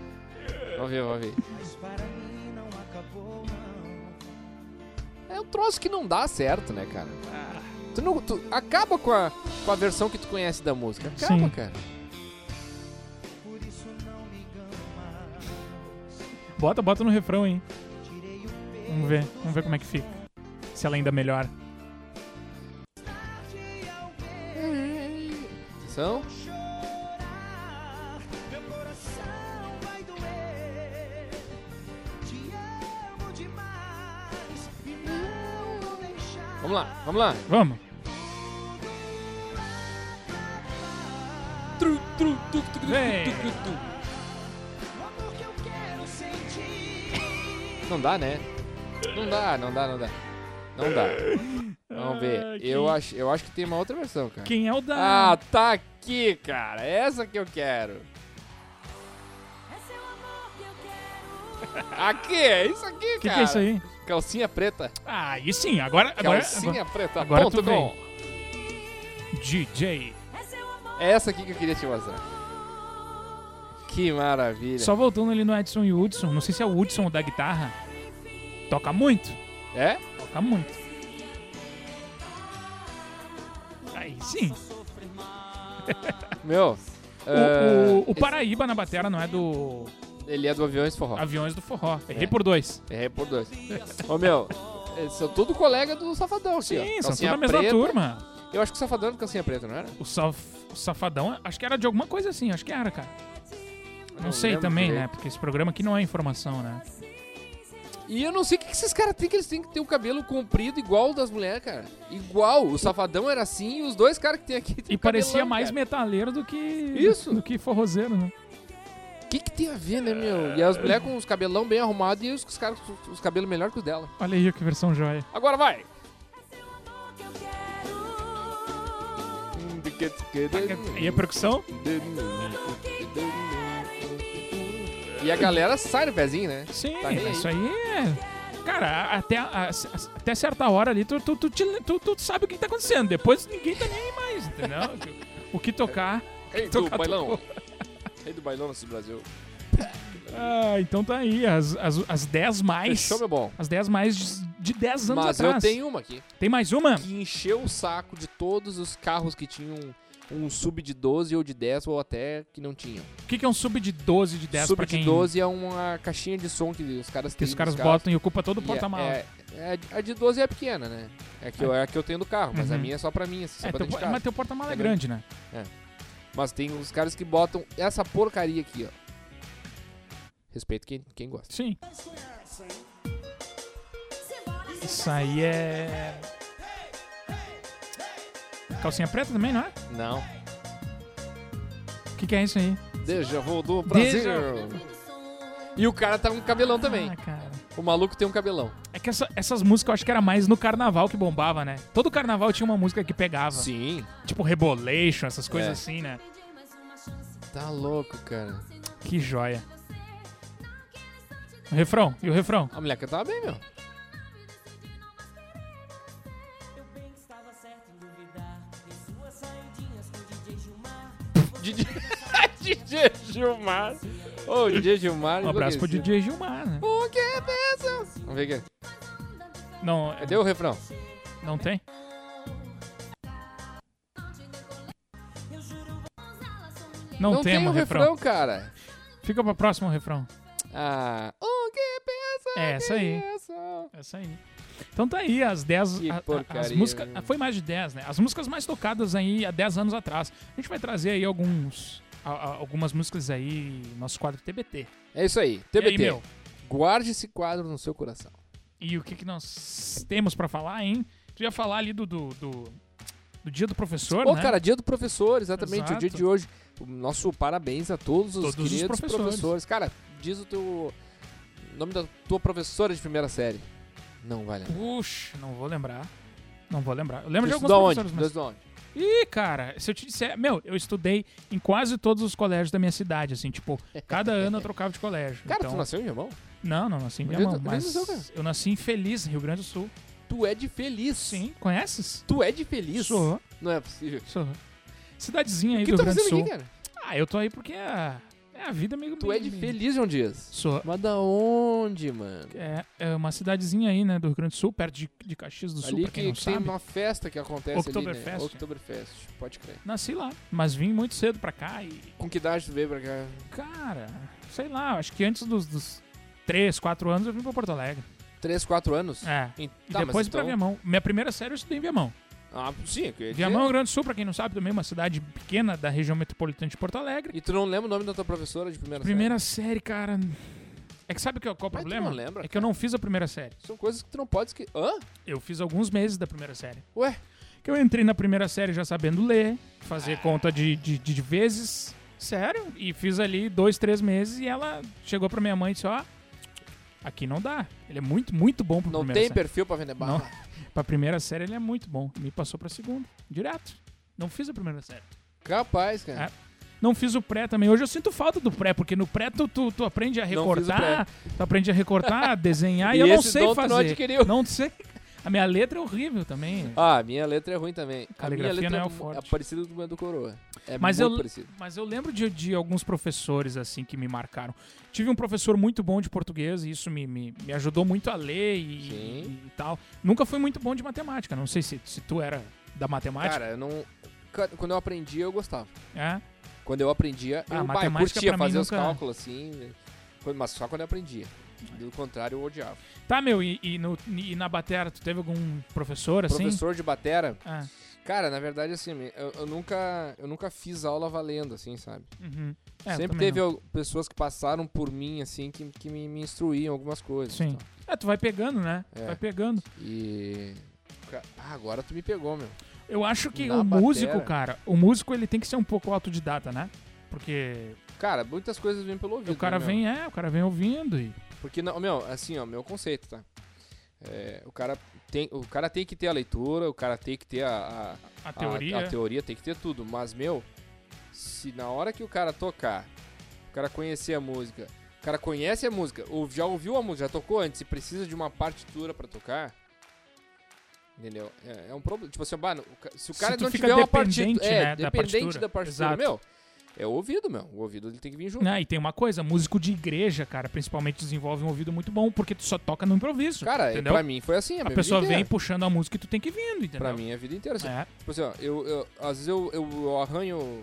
Vamos ver, vamos ver.
Mas para mim não acabou, não.
É um troço que não dá certo, né, cara? Tu, não, tu acaba com a, com a versão que tu conhece da música. Acaba,
Sim.
cara.
Por isso não me gama.
Bota, bota no refrão, hein?
Tirei o peito.
Vamos ver, vamos ver como é que fica. Se ela ainda melhora.
Tarde ao ver
São?
chorar. Meu coração vai doer. Te amo demais. E não vou deixar.
Vamos lá, vamos lá.
Vamos.
Tru, tru, tu, tu, tu, tu,
Vem.
tu, tu.
O amor que eu quero sentir.
Não dá, né? Não dá, não dá, não dá. Não dá. Vamos
Ah,
ver.
quem-
Eu acho, eu acho que tem uma outra versão, cara.
Quem é o da.
Ah, tá aqui, cara. Essa que eu quero.
É seu amor que eu quero.
Aqui, é isso aqui,
o que,
cara.
que é isso aí?
Calcinha preta.
Ah, e sim, agora.
é
agora,
Calcinha preta.
agora
ponto
tu vem.
com.
agora- DJ.
É seu amor.
É essa aqui que eu queria te mostrar. Que maravilha.
Só voltando ali no Edson e Hudson, não sei se é o Hudson ou da guitarra. Toca muito,
É?
toca muito. Aí sim.
Meu.
O,
ah,
o- o Paraíba na batera não é do
esse- Ele é do Aviões Forró.
Aviões do Forró. Errei
É.
por dois.
Errei por dois. Ô, meu. eles São tudo colega do Safadão, aqui, ó.
Sim, são tudo
Calcinha
da mesma
preta.
turma.
Eu acho que o Safadão era do Calcinha Preta, não era?
O, saf- o Safadão, acho que era de alguma coisa assim, acho que era, cara. Não, sei
lembro
também, né?
direito.
Porque esse programa aqui não é informação, né?
E eu não sei o que que esses caras têm, que eles têm que ter o cabelo comprido igual o das mulheres, cara. Igual. O Safadão era assim e os dois caras que tem aqui. Tem
E
um
parecia
cabelão,
mais
cara.
metaleiro do que.
Isso.
Do que forrozeiro, né?
O que, que tem a ver, né, meu? E as mulheres com os cabelão bem arrumados e os, os caras com os cabelos melhor que os dela.
Olha aí que versão joia.
Agora vai!
amor que eu quero.
E a percussão?
E a galera sai no pezinho, né?
Sim,
Tá nem aí.
isso aí é. Cara, a- até, a- a- até certa hora ali, tu, tu, tu, te- tu- tu sabe o que tá acontecendo. Depois ninguém tá nem aí mais, entendeu? o que tocar.
Rei do
Tocador.
bailão. Rei do bailão nesse Brasil.
Ah, então tá aí, as, as, as 10 mais.
Fechou, meu bom.
As 10 mais de- de 10 anos
Mas
atrás.
eu tenho uma aqui.
Tem mais uma?
Que encheu o saco de todos os carros que tinham um sub de 12 ou de 10 ou até que não tinham.
O que, que é um sub de 12 de 10
sub
pra
de
quem
12 é uma caixinha de som que os caras
que
têm.
os
nos
caras
carros.
botam e ocupa todo o
E
porta-mala?
é- é- a de 12 é a pequena, né? É a que, eu, é a que eu tenho do carro, mas a
Uhum.
minha é só pra mim, assim, só
É,
pra
teu,
dentro de
po-
casa.
mas teu porta-mala é
É
grande, né?
Mas tem uns caras que botam essa porcaria aqui, ó. Respeito quem, quem gosta.
Sim.
Simbora, simbora.
Isso aí é. Calcinha preta também, não é?
Não.
O que, que é isso aí?
Deja vu do Brasil. E o cara tá com cabelão também.
Ah, cara.
O maluco tem um cabelão.
É que essa- essas músicas eu acho que era mais no carnaval que bombava, né? Todo carnaval tinha uma música que pegava.
Sim.
Tipo Rebolation, essas coisas
É.
assim, né?
Tá louco, cara.
Que joia. O refrão, e o refrão?
A mulher cantava bem, meu.
Eu bem que estava certo em duvidar. Em suas saidinhas com o DJ Gilmar.
DJ, DJ Gilmar. Ô, DJ Gilmar.
Um abraço pro
enlouquecido.
DJ Gilmar, né?
O que é dessa? Vamos ver aqui.
Não,
Cadê o refrão?
não tem? Não, tem,
tem
um
o
refrão.
refrão, cara.
Fica pra próxima o refrão.
Ah, o que é dessa?
É, essa aí.
Essa?
Essa aí. Então tá aí as 10.
Que
a- a- as
porcaria,
músicas.
viu?
Foi mais de 10, né? As músicas mais tocadas aí há 10 anos atrás. A gente vai trazer aí alguns. a- a- algumas músicas aí, nosso quadro TBT.
É isso aí.
E aí,
TBT.
meu?
Guarde esse quadro no seu coração.
E o que, que nós temos pra falar, hein? Tu ia falar ali do. do, do, do dia do professor,
Ô,
né?
cara, dia do professor, exatamente. O dia
Exato.
de hoje. O nosso parabéns a todos os
Todos os
queridos
professores.
professores. Cara, diz o teu nome da tua professora de primeira série. Não vai lembrar.
Puxa, não vou lembrar. Não vou lembrar. Eu lembro de
Tu
alguns
estudou onde?
professores,
Tu
mas
estudou onde?
Ih, cara, se eu te disser, meu, eu estudei em quase todos os colégios da minha cidade, assim, tipo, cada ano eu trocava de colégio.
Cara,
então,
tu nasceu em Irmão?
Não, não, nasci em
Onde
minha
tu- onde
mas
nasceu, cara?
eu nasci em Feliz, Rio Grande do Sul.
Tu é de feliz.
Sim, conheces?
Tu é de feliz.
Sou,
Não é possível.
sou. Cidadezinha aí
O que
do
tu
Rio
tá
Grande do
fazendo
Sul.
aqui, cara?
ah, eu tô aí porque é, é a vida meio
Tu é de
meio-
feliz, João Dias.
Sou.
Mas da onde, mano?
É, é uma cidadezinha aí, né, do Rio Grande do Sul, perto de, de Caxias do Sul,
ali
pra quem
que
não
que tem
sabe.
uma festa que acontece ali, né?
Oktoberfest.
Oktoberfest, pode crer.
Nasci lá, mas vim muito cedo pra cá e,
Com que idade tu veio pra cá?
cara, sei lá, acho que antes dos, dos 3, 4 anos eu vim pra Porto Alegre.
3, 4 anos?
É.
E,
E
tá,
depois
mas
pra
então...
Viamão. Minha primeira série eu estudei em Viamão.
Ah, sim, que eu ia dizer.
Viamão, Rio Grande do Sul, pra quem não sabe, também é uma cidade pequena da região metropolitana de Porto Alegre.
E tu não lembra o nome da tua professora de primeira
Primeira série, cara. É que sabe que- qual é o
Mas tu
problema?
não lembra,
é que eu não fiz a primeira série.
série? São coisas que tu não pode esquecer. Hã?
Eu fiz alguns meses da primeira série.
Ué? Ah.
Que eu entrei na primeira série já sabendo ler, fazer conta de, de, de vezes. Sério? E fiz ali dois, três meses e ela chegou pra minha mãe e disse: Ó, aqui não dá. Ele é muito, muito bom pra
Não
primeira
tem
série.
perfil pra vender bala.
Pra primeira série ele é muito bom. Me passou pra segunda, direto. Não fiz a primeira série.
Capaz,
É.
cara.
Não fiz o pré também. Hoje eu sinto falta do pré, porque no pré tu, tu, tu aprende a
Não fiz o
recortar, tu aprende a recortar, a desenhar, e,
E
Ah, eu não
esse
sei
dom tu não
fazer.
adquiriu.
Não sei. A minha letra é horrível também.
Ah, a minha letra é ruim também. A minha
Caligrafia
letra
não é
é,
o
mu-
forte.
é parecida com a do Coroa. É
Mas
muito
eu-
parecido.
Mas eu lembro de, de alguns professores assim que me marcaram. Tive um professor muito bom de português e isso me, me, me ajudou muito a ler e,
Sim.
e tal. Nunca fui muito bom de matemática. Não sei se, se tu era da matemática.
Cara, eu não... Ca- Quando eu aprendia, eu gostava.
é?
Quando eu aprendia,
Ah,
eu, bah, eu
matemática
curtia
pra mim
fazer os
nunca-
cálculos, assim. né? Quando- Mas só quando eu aprendia. Do contrário, eu odiava.
Tá, meu, e, e, no- e na batera, tu teve algum professor assim?
Professor de batera...
Ah,
Cara, na verdade, assim, eu, eu nunca, eu nunca fiz aula valendo, assim, sabe?
uhum. É, eu
Sempre
também
teve
não.
al- pessoas que passaram por mim, assim, que, que me, me instruíam algumas coisas.
Sim.
tal.
É, tu vai pegando, né? Tu
É.
Vai pegando.
E. Ca- Ah, agora tu me pegou, meu.
Eu acho que
Na
o
batera.
músico, cara, o músico ele tem que ser um pouco autodidata, né? Porque
Cara, muitas coisas vêm pelo ouvido.
o cara
né, meu?
vem, é, o cara vem ouvindo e.
Porque, não, meu, assim, ó, meu conceito, tá? É, o, cara tem, o cara tem que ter a leitura, o cara tem que ter a- a,
A teoria.
A, teoria tem que ter tudo, mas, meu, se na hora que o cara tocar, o cara conhecer a música, o cara conhece a música, ou já ouviu a música, já tocou antes, e precisa de uma partitura pra tocar, entendeu? É, é um problema. Tipo assim, bah, no- o ca- se o
Se
cara
tu
não
fica
tiver uma
dependente,
partitura, é,
né, da
dependente
partitura,
da partitura,
exato.
meu, é o ouvido, meu. O ouvido ele tem que vir junto.
Ah, e tem uma coisa, músico de igreja, cara, principalmente desenvolve um ouvido muito bom, porque tu só toca no improviso.
Cara,
entendeu?
pra mim foi assim, a,
a
minha
pessoa
vida
vem
inteira.
puxando a música e tu tem que ir vindo, entendeu?
Pra mim a vida inteira. assim.
É,
Tipo assim, ó, eu, eu- às vezes eu, eu, eu arranho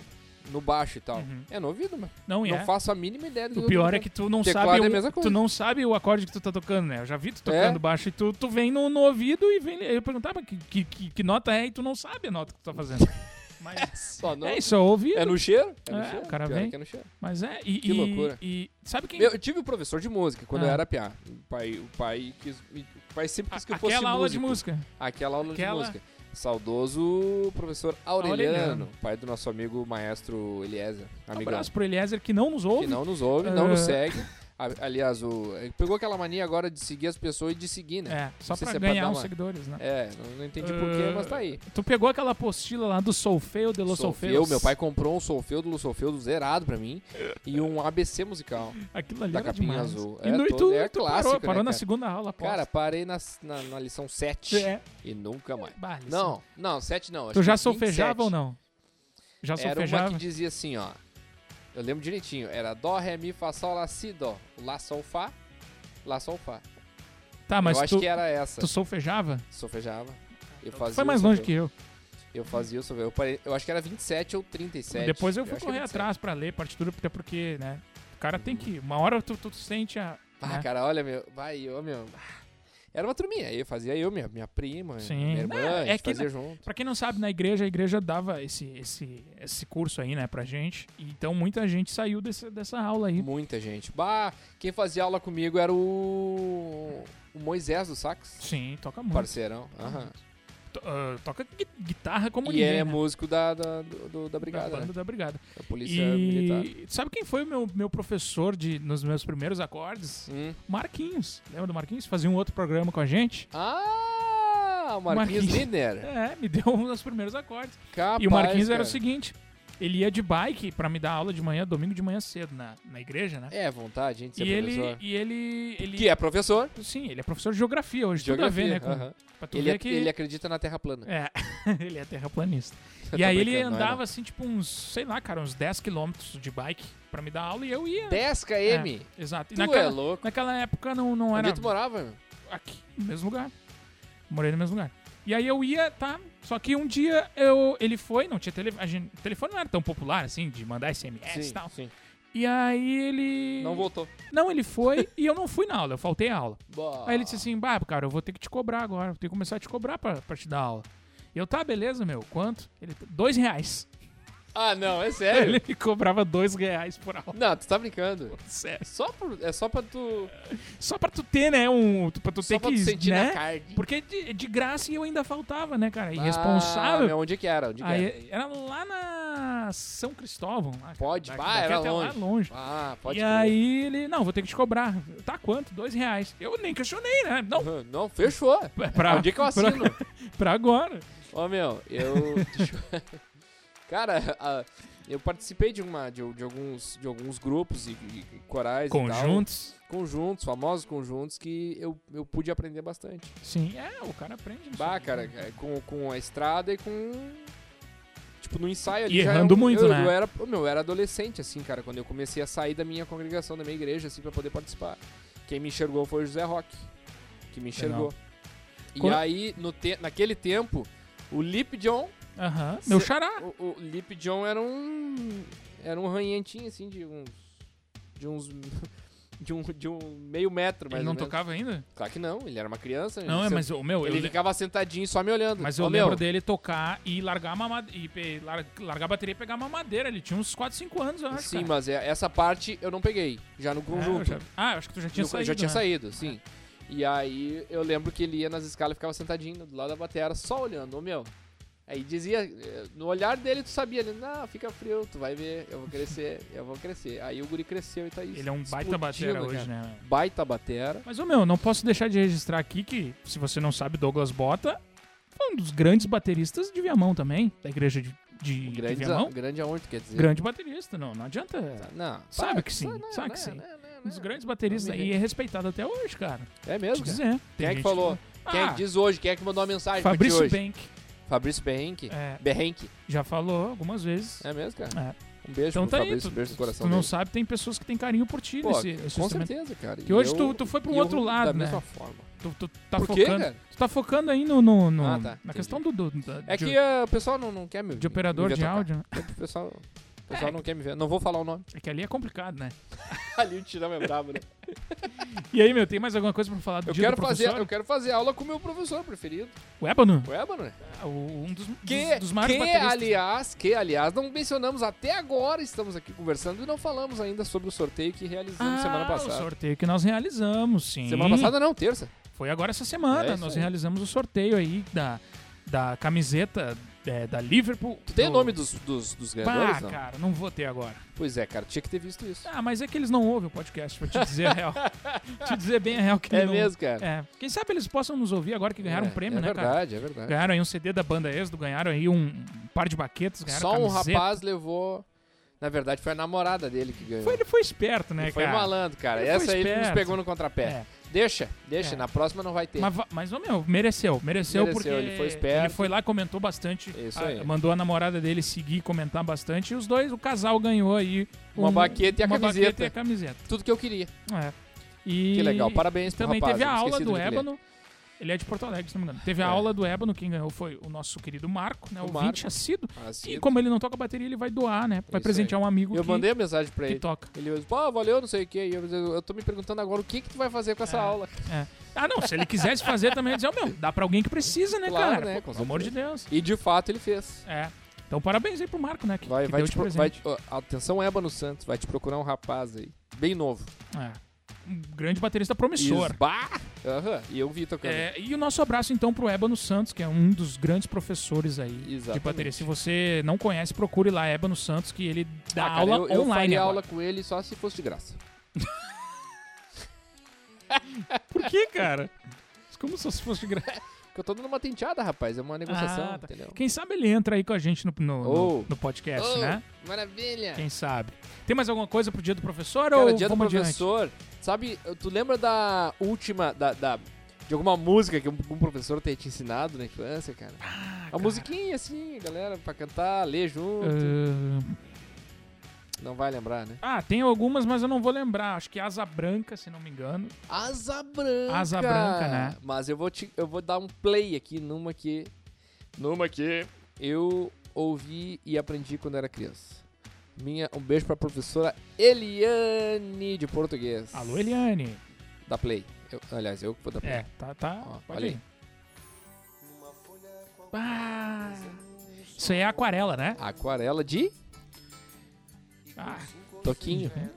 no baixo e tal.
Uhum.
É no ouvido, meu.
não, e
Não
é.
faço a mínima ideia do
O
eu tô
pior é
tocando.
que tu não
Teclado
sabe
é a
o,
mesma coisa. É.
tu não sabe o acorde que tu tá tocando, né? Eu já vi tu tocando baixo e tu, tu vem no, no ouvido e vem eu perguntava que, que, que, que nota é e tu não sabe a nota que tu tá fazendo. Mas
Só não-
é isso, é o ouvido.
É no cheiro? É, no
É,
cheiro.
o cara
Pior é
vem.
que é no cheiro.
Mas é e,
Que
e-
loucura.
e sabe quem
Meu, eu tive um professor de música quando
Ah.
eu era piá. O pai, o pai quis. me- O pai sempre
A-
quis que eu fosse
aquela aula de
músico.
música? Um
Aquela aula
Aquela-
de música. Saudoso professor Aureliano,
Aureliano.
pai do nosso amigo maestro Eliezer,
Um
amigão.
abraço pro Eliezer que não nos
que
ouve.
não nos ouve, não nos
Ah.
segue. A- Aliás, o, ele pegou aquela mania agora de seguir as pessoas e de seguir, né?
É, só
Não sei
pra
se é pra
ganhar
dar
uns
uma-
seguidores, né?
É, não, não entendi porquê,
Ah.
mas tá aí.
Tu pegou aquela apostila lá do Solfeu, de Los
Solfeu,
Solfeus.
meu pai comprou um Solfeu do Solfeu do zerado pra mim e um ABC musical.
Aquilo ali
da
era
capinha
demais.
azul.
E
É,
no- e
todo-
tu,
é
tu
clássico,
parou,
né,
parou na
cara?
segunda aula, aposto.
Cara, parei na, na, na lição 7
é.
e nunca mais.
Bah, lição.
Não, não, 7 não. acho
Tu já
que 27.
solfejava ou não? Já
Era
solfejava?
uma que dizia assim, ó. Eu lembro direitinho. Era dó, ré, mi, fá, sol, lá, si, dó. Lá, sol, fá. Lá, sol, fá.
Tá, mas
eu acho
tu,
que era essa.
tu solfejava?
Solfejava. Eu
Tu
fazia
Foi
o
mais longe que
solfejo.
eu.
Eu fazia o solfejo. Eu, parei, eu acho que era 27 ou 37.
Depois eu fui
acho que é
correr
27.
atrás pra ler partitura, até porque, né? O cara tem que. Uma hora tu, tu sente a.
Ah,
né?
cara, olha, meu. Vai, eu, meu. Ah, Era uma turminha. Eu fazia eu, minha, minha prima,
Sim.
minha irmã.
Não,
a
é
gente
que
fazia junto.
Pra quem não sabe, na igreja, a igreja dava esse, esse, esse curso aí, né, pra gente. Então muita gente saiu desse, dessa aula aí.
Muita gente. Bah, quem fazia aula comigo era o, o Moisés do Sax,
Sim, toca muito.
parceirão. Aham.
To- ah, toca gui- guitarra como
E
ninguém.
ele é
né?
músico da, da, do- do- da Brigada,
Da banda
né?
da Brigada.
da Polícia Militar.
E sabe quem foi o meu, meu professor de, nos meus primeiros acordes?
Hum.
Marquinhos. Lembra do Marquinhos? Fazia um outro programa com a gente.
Ah, Ah, o Marquinhos
Marquinhos.
Miner.
É, me deu um dos primeiros acordes.
Capaz,
e o Marquinhos era o
cara.
seguinte: ele ia de bike pra me dar aula de manhã, domingo de manhã cedo, na, na igreja, né?
É, vontade, gente, ser
e, ele,
professor.
e ele. ele
Que é professor.
Sim, ele é professor de geografia hoje. Tudo a ver, né?
Geografia,
Com,
aham.
Pra tu
Ele,
ver
ac-
que.
ele acredita na Terra plana.
É, ele é terraplanista.
Eu
E
tô
aí ele
brincando, não é
andava
não.
assim, tipo uns, sei lá, cara, uns 10 quilômetros de bike pra me dar aula e eu ia.
10 km.
É, exato. E
Tu
naquela,
é louco.
naquela época não, não
Onde
era
tu morava? meu?
aqui, no mesmo lugar. Morei no mesmo lugar. E aí eu ia, tá? Só que um dia eu, ele foi, não tinha telefone. Telefone não era tão popular assim, de mandar SMS e
É, Sim,
tal.
sim.
E aí ele.
Não voltou.
Não, ele foi e eu não fui na aula, eu faltei a aula.
Bah.
Aí ele disse assim, bah, cara, eu vou ter que te cobrar agora. Vou ter que começar a te cobrar pra, pra te dar aula. E eu, tá, beleza, meu. Quanto? Ele, dois reais.
Ah, não, é sério?
Ele me cobrava dois reais por aula.
Não, tu tá brincando.
Sério.
Só por, é só pra tu.
Só pra tu ter, né, um... Pra tu
Só
ter
pra
que...
tu sentir
né?
na carne.
Porque de, de graça e eu ainda faltava, né, cara?
Ah,
Irresponsável.
meu, onde que era? Onde que
Aí,
era?
era lá na São Cristóvão. Lá, cara.
Pode,
Daqui-
bah,
daqui
era
até lá
longe.
longe.
Ah, pode
e
crer.
aí ele, não, vou ter que te cobrar. Tá quanto? Dois reais. Eu nem questionei, né? Não,
Aham, Uhum, Não, fechou.
pra, pra,
onde que eu assino?
pra agora.
Ô meu, eu. deixa eu- Cara, a- eu participei de uma de, de alguns de alguns grupos e, e- e corais e
Conjuntos.
tal. Conjuntos, famosos conjuntos que eu, eu pude aprender bastante.
Sim, é, o cara aprende. nisso
Bah,
aí.
cara, é, com, com a estrada e com tipo no ensaio ali
E
já é
errando
um-
muito,
eu,
né?
Eu era, ô, meu, eu era adolescente assim, cara, quando eu comecei a sair da minha congregação, da minha igreja assim para poder participar. Quem me enxergou foi o José Roque, que me enxergou. E
Quando-
aí no te- naquele tempo, o Lip John
Aham, meu
Cê-
xará.
O, o Lip John era um. Era um ranhentinho, assim, de uns. De uns. De um, de um meio metro, mas.
Ele não tocava ainda?
Claro que não, ele era uma criança.
Não, é,
ele
mas o meu, eu
Ele
le-
ficava sentadinho só me olhando.
mas eu
Ô,
lembro
meu,
dele tocar e largar a mamadeira. E pe- lar- largar a bateria e pegar a mamadeira. Ele tinha uns 4, 5 anos, eu acho.
Sim,
cara.
mas é- essa parte eu não peguei. Já no
É, eu
conjunto.
já- Ah, eu acho que tu já tinha
No-
saído.
já tinha
né?
saído, sim. E aí eu lembro que ele ia nas escalas e ficava sentadinho do lado da batera, só olhando, ô meu. Aí dizia, eh, no olhar dele tu sabia, ele, não, fica frio, tu vai ver, eu vou crescer, eu vou crescer. Aí o guri cresceu e tá aí.
Ele é um baita batera
explodindo,
hoje,
cara.
né?
Baita batera.
Mas, ô meu, não posso deixar de registrar aqui que, se você não sabe, Douglas Bota foi um dos grandes bateristas de Viamão também, da igreja de, de, de
Grande, a,
Viamão.
grande aonde, tu quer dizer?
Grande baterista, não, não adianta.
Não.
Sabe
para,
que sim,
não,
sabe
não,
que sim.
não, não,
Um dos
não.
grandes bateristas
Não me
aí é respeitado até hoje, cara. Deixa
É
eu
mesmo, cara?
dizer. né?
Quem
Tem
é que
gente
falou? Quem é
Ah,
que diz hoje? Quem é que mandou uma mensagem pra
Fabrício
ti hoje?
Bank
Fabrício Benck.
é,
Berrenque.
já falou algumas vezes.
É mesmo, cara?
É.
Um beijo
Então
pro
tá aí,
Fabrício,
tu,
um beijo no coração
tu não
dele.
sabe, tem pessoas que têm carinho por ti
Pô,
nesse, esse
Com
instrumento.
certeza, cara.
Que hoje tu, tu foi pro
e
outro
eu
lado,
da
né?
mesma forma.
Tu, tu tá
Por quê,
focando,
cara?
tu tá focando aí no, no- no-
Ah, tá,
na
entendi.
questão do, do- da-
É
de,
que eh, o pessoal não, não quer me
de operador
me ver
de
tocar.
áudio. É. né?
O pessoal, o pessoal não quer me ver. Não vou falar o nome.
É que ali é complicado, né?
Ali o Tirão é brabo, né?
E aí, meu, tem mais alguma coisa pra falar do
Eu
dia do
quero, fazer,
professor?
eu quero fazer aula com o meu professor preferido,
O Ébano?
o Ébano. né?
Ah, o- Um dos,
Que,
dos, dos maiores
que,
bateristas.
aliás, que, aliás, não mencionamos até agora, estamos aqui conversando e não falamos ainda sobre o sorteio que realizamos
Ah,
semana
o
passada.
sorteio que nós realizamos, sim.
Semana passada não, terça.
Foi agora essa
É
semana.
isso
nós
aí.
realizamos o sorteio aí da, da camiseta é, da Liverpool.
Tu tem o
do-
nome dos, dos, dos ganhadores,
Pá,
não?
cara, não vou ter agora.
Pois é, cara, tinha que ter visto isso.
Ah, mas é que eles não ouvem o podcast, vou te dizer a real. te dizer bem a real que
é
não...
mesmo, cara.
É, quem sabe eles possam nos ouvir agora que ganharam
É,
um prêmio,
é
né, cara?
verdade, É verdade,
Ganharam aí um CD da banda Êxodo, ganharam aí um um par de baquetas, ganharam
Só um
camiseta.
rapaz levou. Na verdade, foi a namorada dele que ganhou.
Foi, ele foi esperto, né,
Ele foi
cara?
malandro, cara.
Ele foi
Essa aí ele nos
esperto.
pegou no contrapé.
É.
Deixa, deixa,
É.
na próxima não vai ter.
Mas, va- mas ô, meu, mereceu, mereceu,
Mereceu,
porque
ele foi esperto.
ele foi lá, comentou bastante,
Isso
a-
aí.
mandou a namorada dele seguir, comentar bastante, e os dois, o casal ganhou aí um-
Uma baqueta e a
uma
camiseta.
baqueta e a camiseta.
Tudo que eu queria.
É. E
Que legal. Parabéns pro
Também
rapaz.
teve a
eu
aula
esqueci
do
nome dele.
Ébano. Ele é de Porto Alegre, se não me engano. Teve a
É.
aula do Ébano, quem ganhou foi o nosso querido Marco, né?
O
O
Marco.
ouvinte assíduo.
Ah, sim.
E como ele não toca bateria, ele vai doar, né? Vai
Isso
presentear um amigo
Eu
que,
mandei a mensagem pra
que
ele.
toca.
Ele disse, pô, valeu, não sei o quê. E eu, disse, eu tô me perguntando agora o que que tu vai fazer com essa
É.
aula.
Ah, não, se ele quisesse fazer também, eu ia dizer, "Ô, meu, dá pra alguém que precisa, né,
Claro,
cara?
né,
Pô,
com
pelo amor de Deus.
E de fato ele fez.
É. Então parabéns aí pro Marco, né? Que,
Vai,
que
vai,
deu
te
de
pro- vai
presente.
ó, Atenção, Ébano Santos. Vai te procurar um rapaz aí. Bem novo.
É. Um grande baterista promissor.
Isso. Bah! Aham. E eu vi tocando.
É, e o nosso abraço então pro Ébano Santos, que é um dos grandes professores aí de
Exatamente.
bateria. Tipo, Se você não conhece, procure lá Ébano Santos, que ele dá
Ah, cara,
aula
eu, eu
online.
faria
agora.
aula com ele só se fosse de graça.
Por que, cara? Como se fosse de graça.
Porque eu tô dando uma tenteada, rapaz. É uma negociação,
Ah, tá.
entendeu?
Quem sabe ele entra aí com a gente no, no, no-
Oh.
no podcast,
Oh,
né?
Maravilha!
Quem sabe. Tem mais alguma coisa pro dia do professor
Cara,
ou
dia do
vamos adiante?
professor. Sabe, tu lembra da última. Da, da- de alguma música que um, um professor tenha te ensinado na infância, cara? a musiquinha, assim, galera, pra cantar, ler junto.
Ah,
Não vai lembrar, né?
ah, tem algumas, mas eu não vou lembrar. Acho que Asa Branca, se não me engano.
Asa Branca!
Asa Branca, né?
Mas eu vou, te, eu vou dar um play aqui numa que. Numa que eu ouvi e aprendi quando era criança. Minha, um beijo pra professora Eliane de português.
Alô, Eliane.
Da Play. Eu, aliás, eu que vou dar Play.
É, tá, tá.
Ó,
pode
olha
ir. Ah, isso aí é aquarela, né?
Aquarela de
Ah,
Toquinho.
aquarela,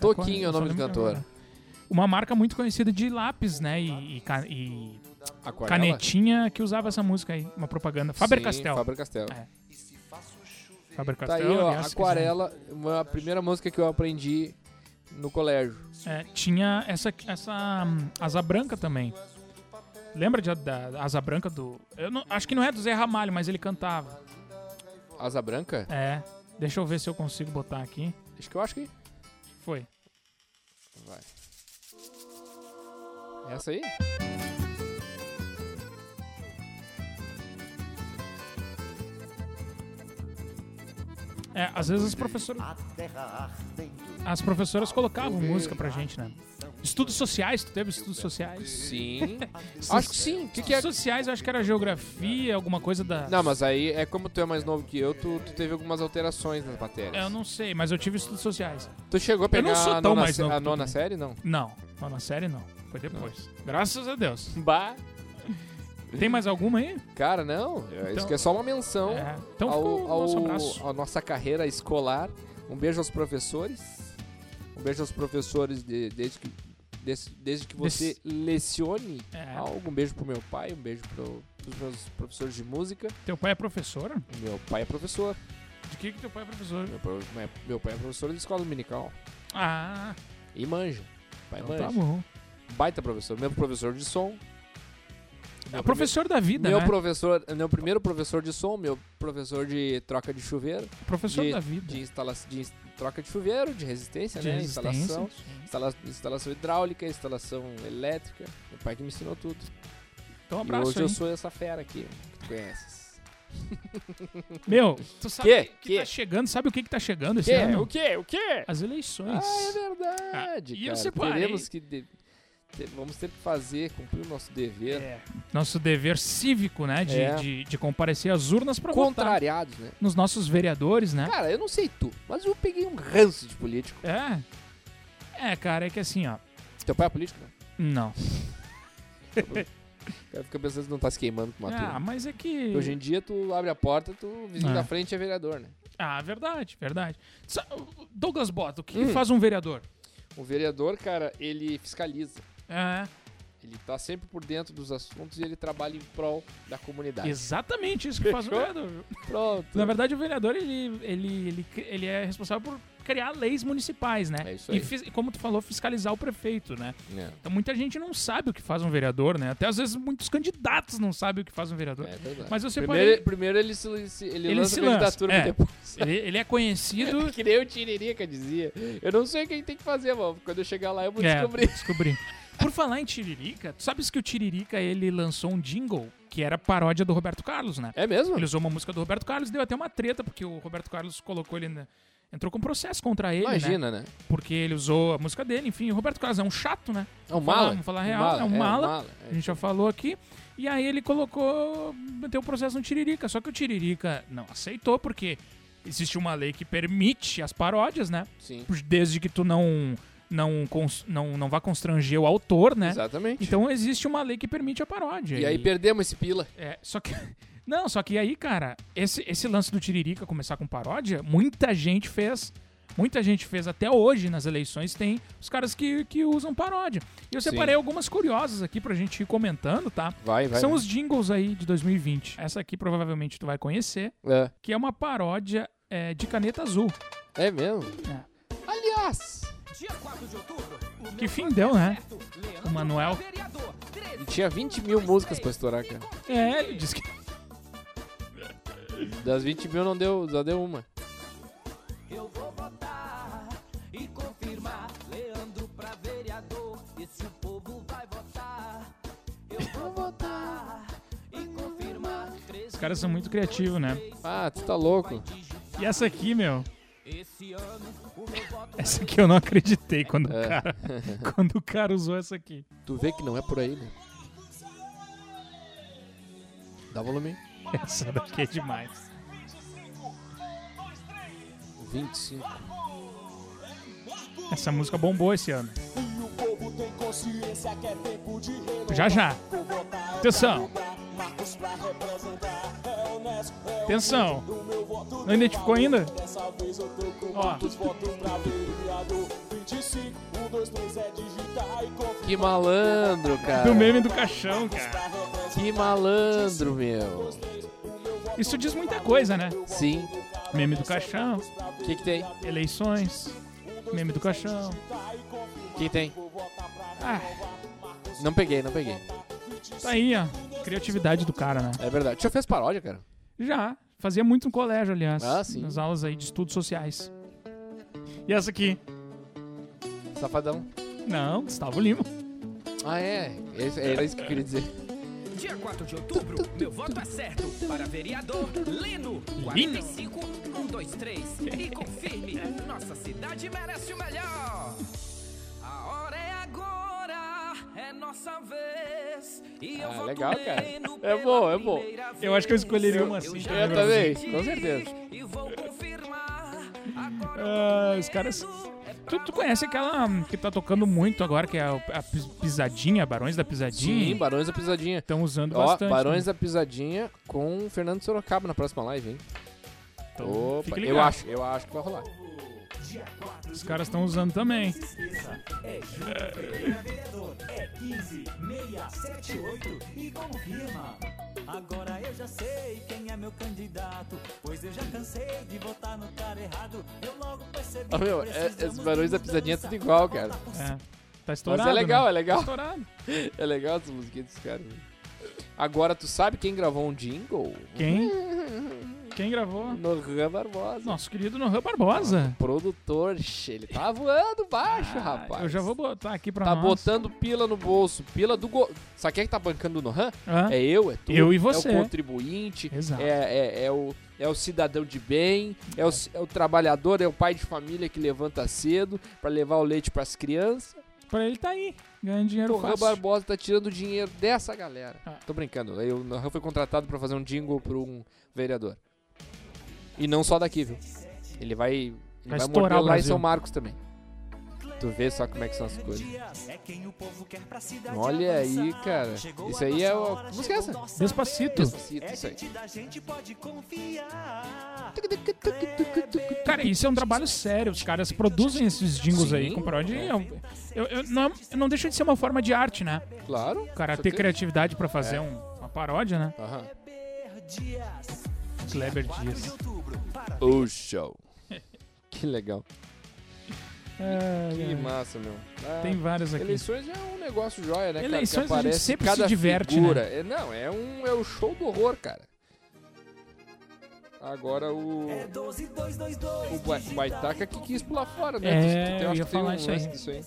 Toquinho é o
só
nome do
lembro
cantor.
agora. Uma marca muito conhecida de lápis, né? E, e ca- e
Aquarela?
canetinha que usava essa música aí. Uma propaganda. Faber
Sim,
Castell.
Faber Castell.
É. Faber
Tá aí,
Castell.
ó,
aliás, se quiser.
Aquarela, uma- a primeira música que eu aprendi no colégio.
É, tinha essa, essa hum, asa branca também. Lembra de, da, da asa branca do. Eu não- acho que não é do Zé Ramalho, mas ele cantava.
Asa Branca?
É. Deixa eu ver se eu consigo botar aqui.
Acho que eu acho que
Foi.
vai. É Essa aí?
É, às vezes as professoras. As professoras colocavam música pra gente, né? Estudos sociais, tu teve estudos sociais?
Sim. acho que sim. O que, que é?
Estudos sociais, eu acho que era geografia, alguma coisa da.
Não, mas aí é como tu é mais novo que eu, tu, tu teve algumas alterações nas matérias.
Eu não sei, mas eu tive estudos sociais.
Tu chegou a
Eu
pegar
não sou
a
tão
nona,
mais
sé-
novo
a
que tu,
nona
né?
série, não?
Não, mas na série não. Foi depois. Graças a Deus.
Bah.
Tem mais alguma aí?
Cara, não. isso
Então-
aqui é só uma menção.
É. Então
ao,
ficou o nosso
ao-
abraço.
à nossa carreira escolar. Um beijo aos professores. Um beijo aos professores de- desde que des- desde que você
Des-
lecione
É.
algo. Um beijo pro meu pai, um beijo pro, pros meus professores de música.
Teu pai é professor?
Meu pai é professor.
De que, que teu pai é professor?
Meu, pro- me- meu pai é professor de escola dominical.
Ah,
E manja. Pai
então
manja.
tá bom.
Baita professor. Meu professor de som.
É
Meu
o professor da vida,
Meu
né?
professor, meu primeiro professor de som, meu professor de troca de chuveiro.
Professor
de-
da vida.
de, instala de ins- troca de chuveiro, de resistência,
De
né?
existência.
Instalação, instala- instalação hidráulica, instalação elétrica. Meu pai que me ensinou tudo.
Então um
e hoje
abraço aí.
eu sou essa fera aqui, que tu conheces.
Meu, tu sabe
Que?
que,
Que?
tá chegando, sabe o que que tá chegando esse
Que?
ano?
O que? O que?
As eleições.
Ah, é verdade,
Ah, e eu
cara.
separei.
Teremos que de- te- vamos ter que fazer, cumprir o nosso dever.
É. Nosso dever cívico, né? De,
É.
de, de comparecer às urnas pra votar
Contrariados, né?
nos nossos vereadores, né?
Cara, eu não sei tu, mas eu peguei um ranço de político.
É. É, cara, é que assim, ó.
Teu pai é político, né?
Não.
O cara fica pensando que não tá se queimando com uma
Ah,
turma.
mas é que.
Hoje em dia, tu abre a porta, tu vizinho
É.
da frente é vereador, né?
Ah, verdade, verdade. Sa- Douglas Bota, o que, que
Hum.
faz um vereador?
O vereador, cara, ele fiscaliza.
É,
Ele tá sempre por dentro dos assuntos e ele trabalha em prol da comunidade.
exatamente isso que faz um
Fechou?
vereador.
Pronto.
Na verdade, o vereador, ele, ele, ele, cri- ele é responsável por criar leis municipais, né?
É isso
E
aí.
fis- E como tu falou, fiscalizar o prefeito, né?
É,
Então muita gente não sabe o que faz um vereador, né? Até às vezes muitos candidatos não sabem o que faz um vereador.
é verdade.
Mas eu separei.
primeiro, primeiro ele se ele,
Ele
lança
se
a
lança,
candidatura
é.
e depois.
Ele, ele é conhecido.
que nem o Tiririca dizia. Eu não sei o que ele tem que fazer, mano. Quando eu chegar lá, eu vou
É,
descobrir.
descobri. Por falar em Tiririca, tu sabes que o Tiririca ele lançou um jingle que era paródia do Roberto Carlos, né?
É mesmo?
Ele usou uma música do Roberto Carlos, deu até uma treta, porque o Roberto Carlos colocou ele. na- Entrou com processo contra ele, né?
Imagina, né?
Porque ele usou a música dele, enfim. O Roberto Carlos é um chato, né?
É um
Falar-
mala.
vamos falar a real, é um mala. A gente já falou aqui. E aí ele colocou. meteu o processo no Tiririca. Só que o Tiririca não aceitou, porque existe uma lei que permite as paródias, né?
Sim.
Desde que tu não. Não, cons- não, não vá constranger o autor, né?
Exatamente.
Então existe uma lei que permite a paródia.
e aí perdemos esse pila.
É, só que. Não, só que aí, cara, esse, esse lance do Tiririca começar com paródia, muita gente fez. Muita gente fez até hoje nas eleições, tem os caras que, que usam paródia. E eu
Sim.
separei algumas curiosas aqui pra gente ir comentando, tá?
Vai, vai.
São os jingles aí de 2020. Essa aqui provavelmente tu vai conhecer,
É.
que é uma paródia é, de caneta azul.
É mesmo?
É.
Aliás,
Dia 4 de outubro, o meu
Que fim deu, né?
neto, Leandro,
O Manuel.
vereador, 13,
E tinha 20 mil músicas pra estourar, cara.
É, ele disse que.
Das 20 mil não deu, só deu uma.
Eu vou votar e confirmar Leandro pra vereador. E se o povo vai votar, eu vou votar e confirmar.
Os caras são muito criativos, né?
Ah, tu tá louco.
E essa aqui, meu.
Esse ano o meu voto
Essa aqui eu não acreditei quando o
É.
cara. Quando o cara usou essa aqui.
Tu vê que não é por aí, né? Dá volume.
Essa daqui é demais.
25.
Essa música bombou esse ano.
E o povo tem consciência que é tempo de renovar.
Já já.
Vou votar é
Atenção.
pra mudar, Marcos pra representar. É honesto, é
Atenção.
humilde, o meu voto
Não identificou
tem valor.
ainda?
Dessa vez eu tô com
Ó.
Marcos, voto pra vereador. 25, 1, 2, 3, é digitar e confirmar.
Que malandro, cara.
Do meme do caixão, cara.
Que malandro, meu.
Isso diz muita coisa, né?
Sim.
Meme do caixão,
O que que tem?
eleições, meme do caixão.
O que que tem?
Ah,
Não peguei, não peguei.
tá aí, ó. Criatividade do cara, né?
É verdade. Tu já fez paródia, cara?
Já. Fazia muito no colégio, aliás.
Ah, sim.
Nas aulas aí de estudos sociais. E essa aqui?
Safadão.
Não, Gustavo Lima.
Ah, é. Esse- Era isso que eu queria dizer.
Hum.
Dia 4 de outubro, meu voto é certo para vereador Lino. 45, 1, 2, 3. um, E confirme, nossa cidade merece o melhor. A hora é agora, é nossa vez. E eu
Ah,
voto
legal, cara.
Leno
É
pela
bom, é bom.
primeira
Eu acho que eu
vez.
escolheria uma assim.
já
Eu
também.
também,
decidi
com certeza.
E vou confirmar. Agora
Ah,
eu
os caras.
tô vendo, é
Tu,
pra
tu conhece aquela hum, que tá tocando muito agora, que é a, a pis- pisadinha, Barões da
Sim,
Pisadinha?
Barões da Pisadinha.
Estão usando
Ó,
bastante.
Barões
né?
da Pisadinha com o Fernando Sorocaba na próxima live, hein?
Então,
Opa,
fique ligado.
eu acho, eu acho que vai rolar.
Os caras estão usando também.
Agora eu já sei quem é meu candidato, pois eu já cansei de votar no cara errado. Eu logo percebi.
Ó, meu, é- esses Barões da Pisadinha é tudo igual, cara.
É. Tá estourado.
Mas é legal,
né?
é legal.
Estourado.
É legal as musiquinhas dos caras. né? Agora, tu sabe quem gravou um jingle?
Quem? Quem gravou?
Norran Barbosa.
Nosso querido Nohan Barbosa.
Produtor, xe, ele tá voando baixo, rapaz.
Ah, Eu já vou botar aqui pra
Tá
nós.
botando pila no bolso, pila do go... Sabe quem é que tá bancando o Nohan?
Hã?
É eu, é tu.
Eu e você.
É o contribuinte.
Exato.
É, é, é o, é o cidadão de bem. É o, é o trabalhador, é o pai de família que levanta cedo pra levar o leite pras crianças.
Pra ele tá aí. Ganhando dinheiro
Nohan
fácil.
Barbosa tá tirando dinheiro dessa galera.
Ah.
Tô brincando. aí O Nohan foi contratado pra fazer um jingle pra um vereador. E não só daqui, viu? Ele vai, ele vai,
estourar
morder
o
lá em
Brasil.
São Marcos também. Tu vê só como é que são as coisas.
É quem o povo quer pra cidade.
Olha
avançar.
aí, cara.
Chegou
Isso
a
aí é
nossa
o...
hora,
Música é
chegou
essa?
nossa
Despacito.
vez.
Despacito,
É
isso aí.
gente da gente, pode confiar.
Cara, isso é um trabalho sério. Os caras produzem esses jingles aí
Sim.
com paródia. e Eu, eu, eu não, não deixa de ser uma forma de arte, né?
Claro.
O cara
com
ter
certeza.
criatividade pra fazer
É.
um- uma paródia, né?
Aham.
Kleber Dias.
O show. que legal. Que
É,
massa, meu. Ah,
tem várias aqui.
Eleições é um negócio joia, né,
Eleições a gente
cara? Que aparece
sempre
cada
se diverte, né?
figura. É, não, é um é o show do horror, cara. Agora o o Ba- Baitaca que quis pular fora, né?
É,
Tu- tu tem-
eu
acho
ia
que tem
falar
um
isso aí.
lance disso aí.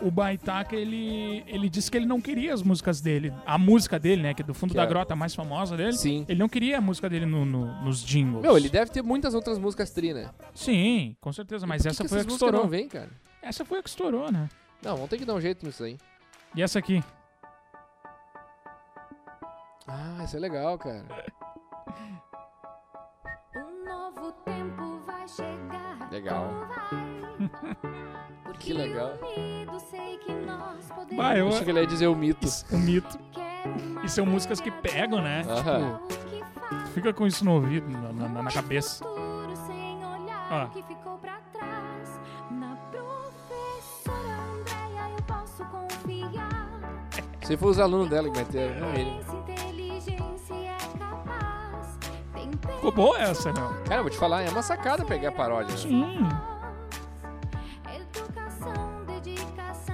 O Baitaca, ele, ele disse que ele não queria as músicas dele. A música dele, né? Que é do fundo
Que
da
é-
grota, a mais famosa dele.
Sim.
Ele não queria a música dele no, no- nos jingles.
Meu, ele deve ter muitas outras músicas tri, né?
Sim, com certeza. Mas
Por que
essa
que
foi a
essas
que
músicas
estourou.
não vem, cara.
Essa foi a que estourou, né?
Não, vão ter que dar um jeito nisso aí.
E essa aqui?
Ah, isso é legal, cara.
Um novo tempo vai chegar.
Legal.
Não vai. Porque
Que legal.
unido sei que nós podemos.
Bah, eu-
Achei que ele ia dizer o mito.
O mito.
Quero
E
mais
são músicas que pegam, né?
Aham.
o que faz
Fica com isso no ouvido, na, na- na- na cabeça.
futuro sem olhar
Ah.
o que ficou pra trás. Na professora Andréia eu posso confiar.
Se for os alunos dela que vai ter, não É ele.
Essa inteligência é capaz. Tem
Ficou boa essa, não?
né? Cara, eu vou te falar, é uma sacada pegar paródia. né?
Sim.
Educação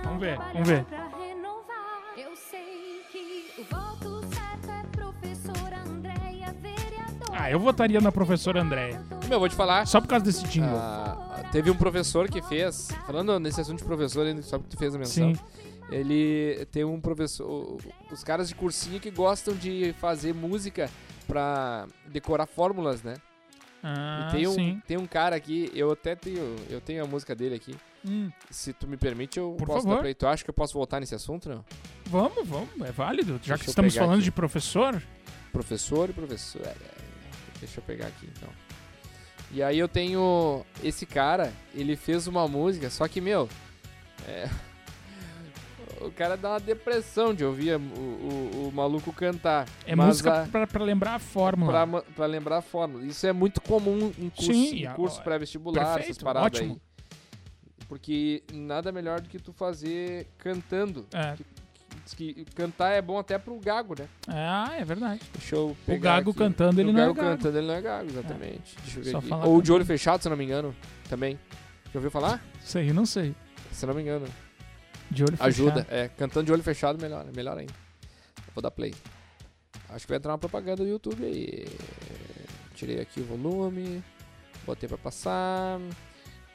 Vamos ver,
trabalhar
vamos ver.
pra renovar. Eu sei que o voto certo é professora Andréia, vereadora.
Ah, eu votaria na professora Andréia.
Meu, eu vou te falar.
Só por causa desse jingle.
ah, teve um professor que fez. Falando nesse assunto de professor, ele sabe que tu fez a menção.
Sim.
Ele tem um professor. Os caras de cursinho que gostam de fazer música pra decorar fórmulas, né?
Ah,
e tem um,
sim.
tem um cara aqui, eu até tenho. Eu tenho a música dele aqui.
Hum,
Se tu me permite, eu
Por
posso
favor.
dar pra ele. Tu acha que eu posso voltar nesse assunto, não?
vamos, vamos, é válido. Já
Deixa
que
eu
estamos
pegar
falando
aqui.
de professor,
Professor e professor. é, é, Deixa eu pegar aqui então. E aí eu tenho. Esse cara, ele fez uma música, só que, meu. é, o cara dá uma depressão de ouvir o, o- o maluco cantar.
é
Mas
música
a-
pra, pra lembrar a
pra,
fórmula.
ma- pra lembrar a fórmula. Isso é muito comum em curso,
Sim,
em
a-
curso
ó,
pré-vestibular, essas
perfeito,
paradas
ótimo.
aí. Porque nada melhor do que tu fazer cantando.
É.
Diz que cantar é bom até pro gago, né?
Ah, é verdade.
Deixa eu
O
pegar
Gago
aqui.
cantando, ele
o
não
Gago
é gago.
cantando, ele não é gago, exatamente. Deixa eu ver
Só
aqui.
falar
Ou de
cantando.
olho fechado, se não me engano, também. Já ouviu falar?
Sei, não sei.
Se não me engano.
De olho fechado.
Ajuda. É, cantando de olho fechado, melhor, é melhor ainda. Vou dar play. Acho que vai entrar uma propaganda do YouTube aí. Tirei aqui o volume. Botei pra passar.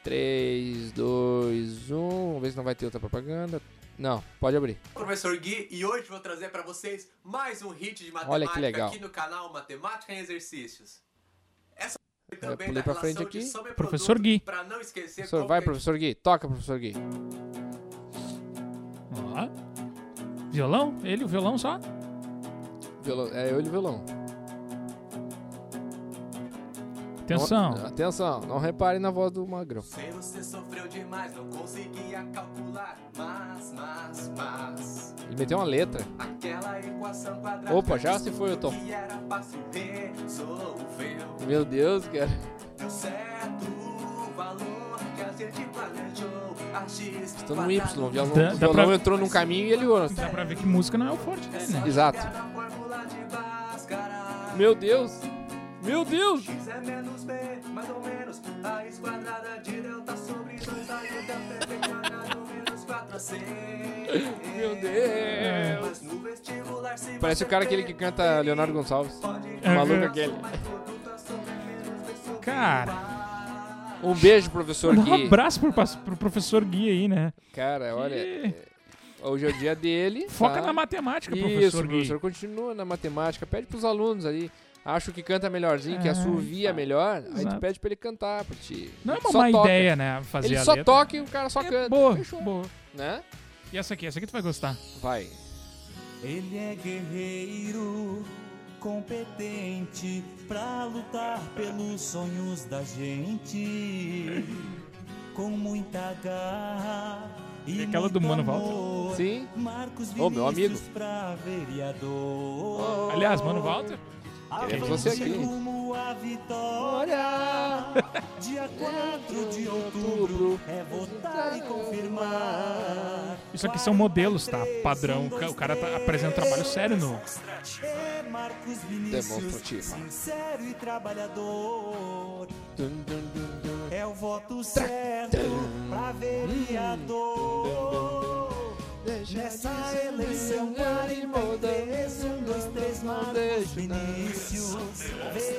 3, 2, 1. Vamos ver se não vai ter outra propaganda. Não, pode abrir.
professor Gui e hoje vou trazer para vocês mais um hit de matemática
Olha que legal.
aqui no canal Matemática em Exercícios. Essa foi
Eu
também
É, pulei
da
pra
relação
frente
de
aqui.
soma e
Professor
produto,
Gui.
Pra não esquecer
Professor,
como
vai,
que a
professor Gui. Toca, professor Gui.
Ó. Violão? Ele, o violão só?
Violão, é eu e o violão.
Atenção.
Não- atenção, não reparem na voz do Magrão.
Sei você sofreu demais, não conseguia calcular. Mas, mas, mas.
Ele meteu uma letra.
Aquela equação quadrada.
Opa, já se foi o Tom.
Que era fácil resolveu.
Meu Deus, cara.
Deu certo o valor que a gente planejou. A X.
Tô no Y. O
Dá-
violão, o
dá
violão
pra-
entrou num caminho e ele outro.
Dá pra ver que música não é o forte dele, né?
Exato.
Era a fórmula de Bhaskara.
Meu Deus. Meu Deus.
X é menos B, mais ou menos. Raiz quadrada de delta sobre 2 a delta B quadrado menos 4C.
Meu Deus.
Mas no vestibular se
Parece
você
o cara aquele que
tem,
canta Leonardo Gonçalves.
Pode
É.
Maluco aquele.
mais produto sobre menos B sobre
Cara,
A.
Um beijo, professor
dá um
Gui.
abraço pro, pas- pro professor Gui aí, né?
Cara, olha. é, Hoje é o dia dele.
Foca
tá?
na matemática,
Isso,
professor Gui.
professor. Continua na matemática. Pede pros alunos ali. Acho que canta melhorzinho, que
É,
assovia melhor. Aí tu
Exato.
pede pra ele cantar pra ti.
Não é
Ele
uma
só
má
toca.
ideia, né? Fazer
Ele
a
só
letra.
toca e o cara só
É
canta.
boa,
Fechou.
boa.
Né?
E essa aqui? Essa aqui tu vai gostar.
Vai.
Ele é guerreiro, competente pra lutar pelos sonhos da gente. Com muita garra e
E aquela do
muito
Mano Walter?
amor,
Sim.
Marcos
Ô, meu amigo.
Vinícius pra vereador.
Aliás, mano, Walter.
Queremos é você
Avante
aqui.
rumo à vitória. Dia 4 de outubro é votar e confirmar.
Isso aqui são modelos, tá? Padrão. O ca- O cara tá, apresenta trabalho sério no.
É Marcos Vinícius,
Demonstrativa.
sincero e trabalhador. É o voto certo pra vereador. Nessa eleição parimodas, um, dois, três, Marcos Vinícius,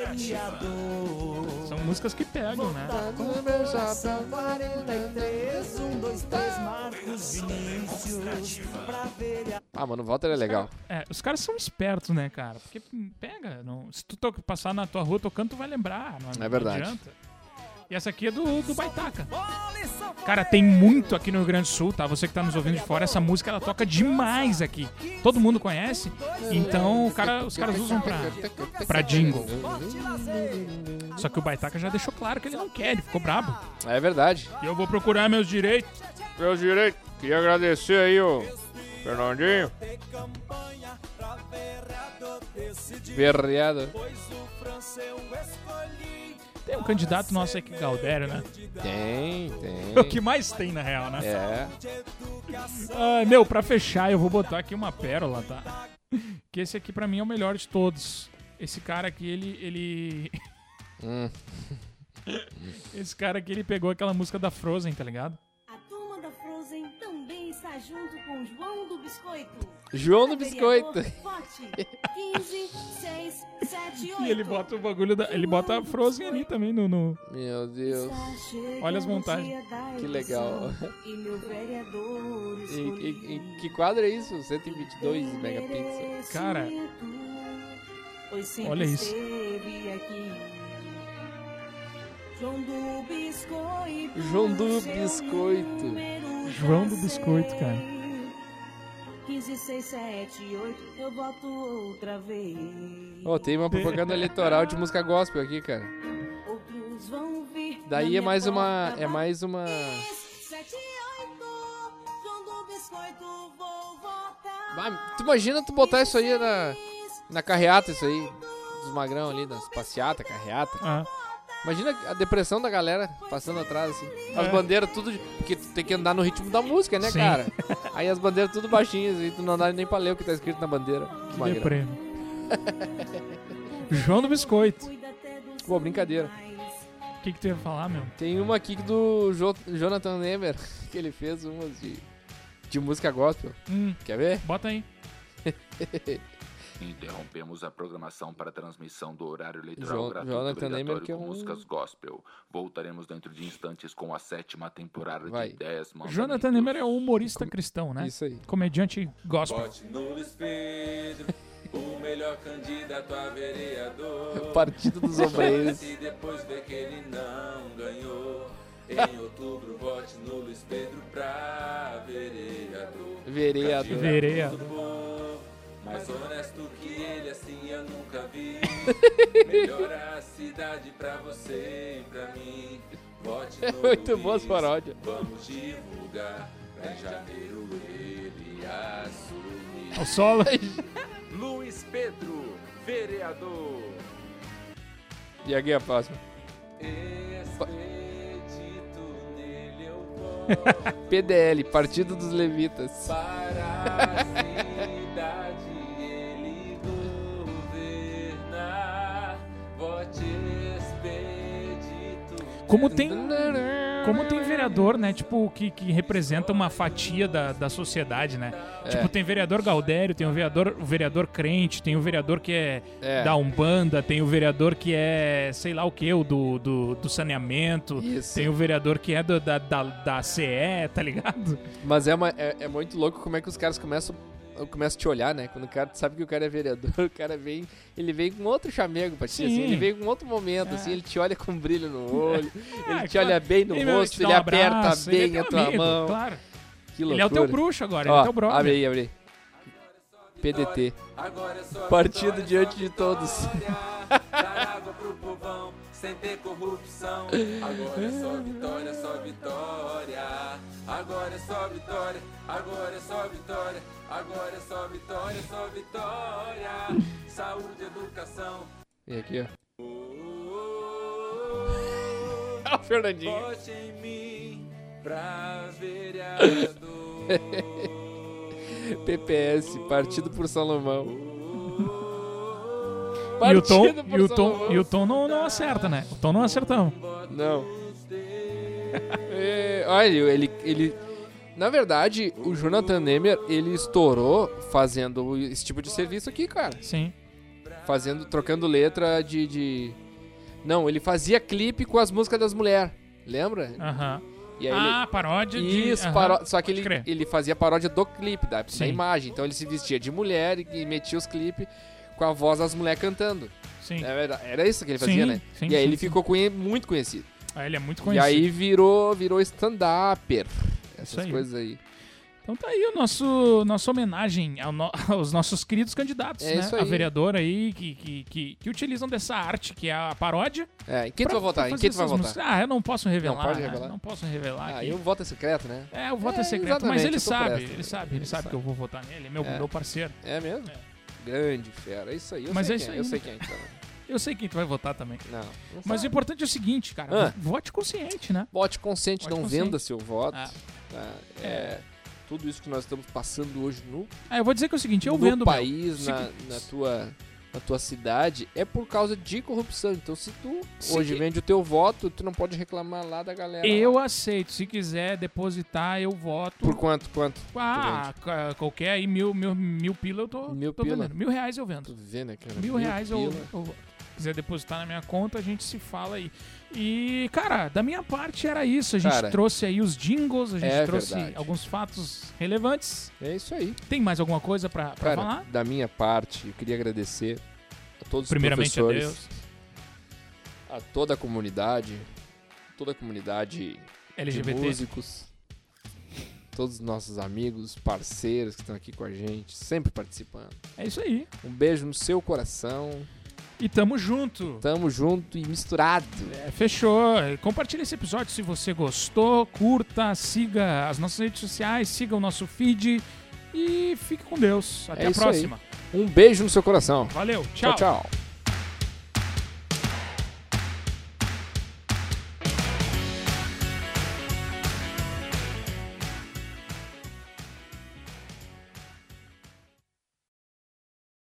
vereador.
São músicas que pegam, né?
Conversação 43, um, dois, três, Marcos Vinícius, pra vereador.
Ah, mano, o Walter é legal.
É, os caras são espertos, né, cara? Porque hum, pega. Não... Se tu to- passar na tua rua tocando, tu vai lembrar. Não, não
verdade.
adianta. E essa aqui é do, do Baitaca. Cara, tem muito aqui no Rio Grande do Sul, tá? Você que tá nos ouvindo de fora, essa música ela toca demais aqui. Todo mundo conhece, então o cara- os caras usam pra, pra jingle. Só que o Baitaca já deixou claro que ele não quer, ele ficou brabo.
É verdade.
E eu vou procurar meus direitos.
Meus direitos, queria agradecer aí o Fernandinho. Verreado.
Tem um candidato nosso aqui, Galdério, né?
Tem,
É o
tem.
que mais tem, na real, né?
É.
Ai, Ah, meu, pra fechar, eu vou botar aqui uma pérola, tá? Que esse aqui pra mim é o melhor de todos. Esse cara aqui, ele. ele...
Hum.
Esse cara aqui, ele pegou aquela música da Frozen, tá ligado?
A turma da
Frozen também está junto com João do Biscoito.
João do
Cada vereador,
Biscoito.
Vote 15, 6, 7, 8.
E ele bota o bagulho da. Ele bota a Frozen ali também no. no-
Meu Deus.
Olha as montagens.
Que legal.
E meu vereador
E, e- e que quadro é isso? 122 megapixels.
Cara,
Pois sempre
Olha isso.
esteve aqui. João do Biscoito.
João do
seu
Biscoito.
número
João do
já
Biscoito, cara.
15, 6, 7, 8, eu boto outra vez.
Ó, tem uma propaganda eleitoral de música gospel aqui, cara.
Outros vão vir. na
Daí é
minha
mais uma.
porta
É mais uma.
7, 8, João do Biscoito, vou votar.
Ah, tu imagina tu botar isso aí na, na carreata, isso aí. Dos magrão ali, das passeata, carreata.
Ah.
Imagina a depressão da galera passando atrás, assim. As
É.
bandeiras tudo. de- Porque tu tem que andar no ritmo da música, né,
Sim.
cara? Aí as bandeiras tudo baixinhas e tu não dá nem pra ler o que tá escrito na bandeira. Que magrão.
deprê. João do Biscoito.
Pô, brincadeira.
O que, que tu ia falar, meu?
Tem uma aqui do Jo- Jonathan Nemer, que ele fez umas de, de música gospel.
Hum.
Quer ver?
Bota aí.
Interrompemos a programação para a transmissão do horário
Jo-
eleitoral gratuito
Jonathan Neyman,
obrigatório
que é
com
um-
músicas gospel. Voltaremos dentro de instantes com a sétima temporada
Vai.
de 10 mandamentos.
Jonathan Nemer é um humorista cristão, né?
Isso aí.
Comediante
é
gospel.
Vote no Luiz Pedro, o melhor candidato a vereador.
Partido dos Obreiros.
E depois vê que ele não ganhou. Em outubro, vote no Luiz Pedro pra vereador.
Vereador.
Candidato
Vereador.
do povo, Mais honesto que ele, assim eu nunca vi. Melhorar a cidade pra você e pra mim. Vote no
É muito
Luiz,
boa as paródias.
Vamos divulgar. Pra em janeiro ele assumir.
O solo.
Luiz Pedro, vereador.
E aqui é a próxima.
Expedito nele eu
PDL, Partido dos Levitas.
Para a cidade ele governar. Vote expedito.
Como tem, como tem vereador, né? Tipo, que, que representa uma fatia da, da sociedade, né?
É.
Tipo, tem vereador Gaudério, tem o vereador, o vereador crente, tem o vereador que é,
É.
da Umbanda, tem o vereador que é, sei lá o que, o do, do, do saneamento, tem o vereador que é do- da, da, da CE, tá ligado?
Mas é, uma- é, é muito louco como é que os caras começam, começam a te olhar, né? Quando o cara tu sabe que o cara é vereador, o cara vem. Ele vem com outro chamego pra ti,
Sim. É.
assim, ele vem com outro momento, assim, ele te olha com brilho no olho, ele te
Ah, claro.
olha bem no
Ele vai te
rosto,
dar
ele
um
aperta
abraço, ele é
bem
teu
a tua
amigo,
mão.
claro.
Que
Ele é o teu
loucura.
bruxo agora, ele é
Ó,
teu brother.
Abre aí, abre aí. PDT. Partido diante de todos.
Dar água pro povão sem ter corrupção. Agora é só vitória, só vitória. Agora é só vitória, agora é só vitória. Agora é só vitória, só vitória. Saúde, educação.
E aqui, ó. É o Fernandinho.
Vote em mim pra vereador.
PPS, Partido por Salomão.
E o Tom,
Partido por
e o Tom,
Salomão.
e o tom não, não acerta, né? O Tom não acerta, não.
Não. É, olha, ele, ele. Na verdade, o Jonathan Nemer, ele estourou fazendo esse tipo de serviço aqui, cara.
Sim.
Fazendo, trocando letra de. de- Não, ele fazia clipe com as músicas das mulheres. Lembra?
Aham.
E aí
Ah, paródia de-
Isso,
aham,
paró- Só que
pode
ele,
crer.
ele fazia paródia do clipe, da, da
Sim.
imagem. Então ele se vestia de mulher e, e metia os clipes com a voz das mulheres cantando.
Sim.
Era, era isso que ele
Sim,
fazia, né?
sim,
e aí
sim,
ele
sim.
ficou conhe- muito conhecido.
Ah, ele é muito conhecido.
E aí virou, virou stand-upper.
Isso
Essas
aí.
coisas aí.
Então tá aí o nosso, nossa homenagem ao no- aos nossos queridos candidatos,
É
né?
isso
A
aí.
vereadora aí que, que, que, que utilizam dessa arte, que é a paródia.
É, em quem tu
pra-
vai votar?
pra
Em
fazer
quem tu vai
essas
votar?
músicas. Ah, eu não posso revelar.
Não pode
né?
revelar?
Não posso revelar
Ah,
aqui.
e o voto é secreto, né?
É, o voto é, secreto, mas
exatamente,
ele
eu tô
sabe,
por essa.
ele sabe, ele sabe que eu vou votar nele, é meu,
É.
meu parceiro.
É mesmo? Grande fera, é isso aí. Eu
Mas
sei
é
quem
isso
Eu
aí,
sei
né?
quem então.
Eu sei quem tu vai votar também.
Não.
Mas o importante é o seguinte, cara,
Ah.
vote consciente, né?
Vote consciente,
Vote
não
consciente.
venda seu voto.
Ah.
tá? É, tudo isso que nós estamos passando hoje no,
Ah, eu vou dizer que é o seguinte, eu
no
vendo meu.
país, na,
Segui-
na tua na tua cidade é por causa de corrupção. Então se tu
Se
hoje
que-
vende o teu voto, tu não pode reclamar lá da galera.
Eu
lá.
aceito. Se quiser depositar, eu voto.
Por quanto, quanto? tu
Ah,
vende?
ca- qualquer aí, mil, mil, mil pila eu tô,
Mil
tô
pila.
vendendo. Mil reais eu vendo.
Tu vê, né, cara?
Mil, reais eu,
pila.
eu- quiser depositar na minha conta, a gente se fala aí. E, cara, da minha parte era isso. A gente
Cara,
trouxe aí os jingles, a gente
é
trouxe
verdade.
alguns fatos relevantes.
É isso aí.
Tem mais alguma coisa pra, pra
Cara,
falar?
da minha parte, eu queria agradecer a todos
Primeiramente,
os professores. A toda a comunidade, toda a comunidade
LGBT.
de músicos, todos os nossos amigos, parceiros que estão aqui com a gente, sempre participando.
É isso aí.
Um beijo no seu coração.
E tamo junto.
Tamo junto e misturado.
É, fechou. Compartilha esse episódio se você gostou. Curta, siga as nossas redes sociais, siga o nosso feed. E fique com Deus. Até
É
a
isso aí.
próxima.
Um beijo no seu coração.
Valeu. Tchau.
tchau. tchau.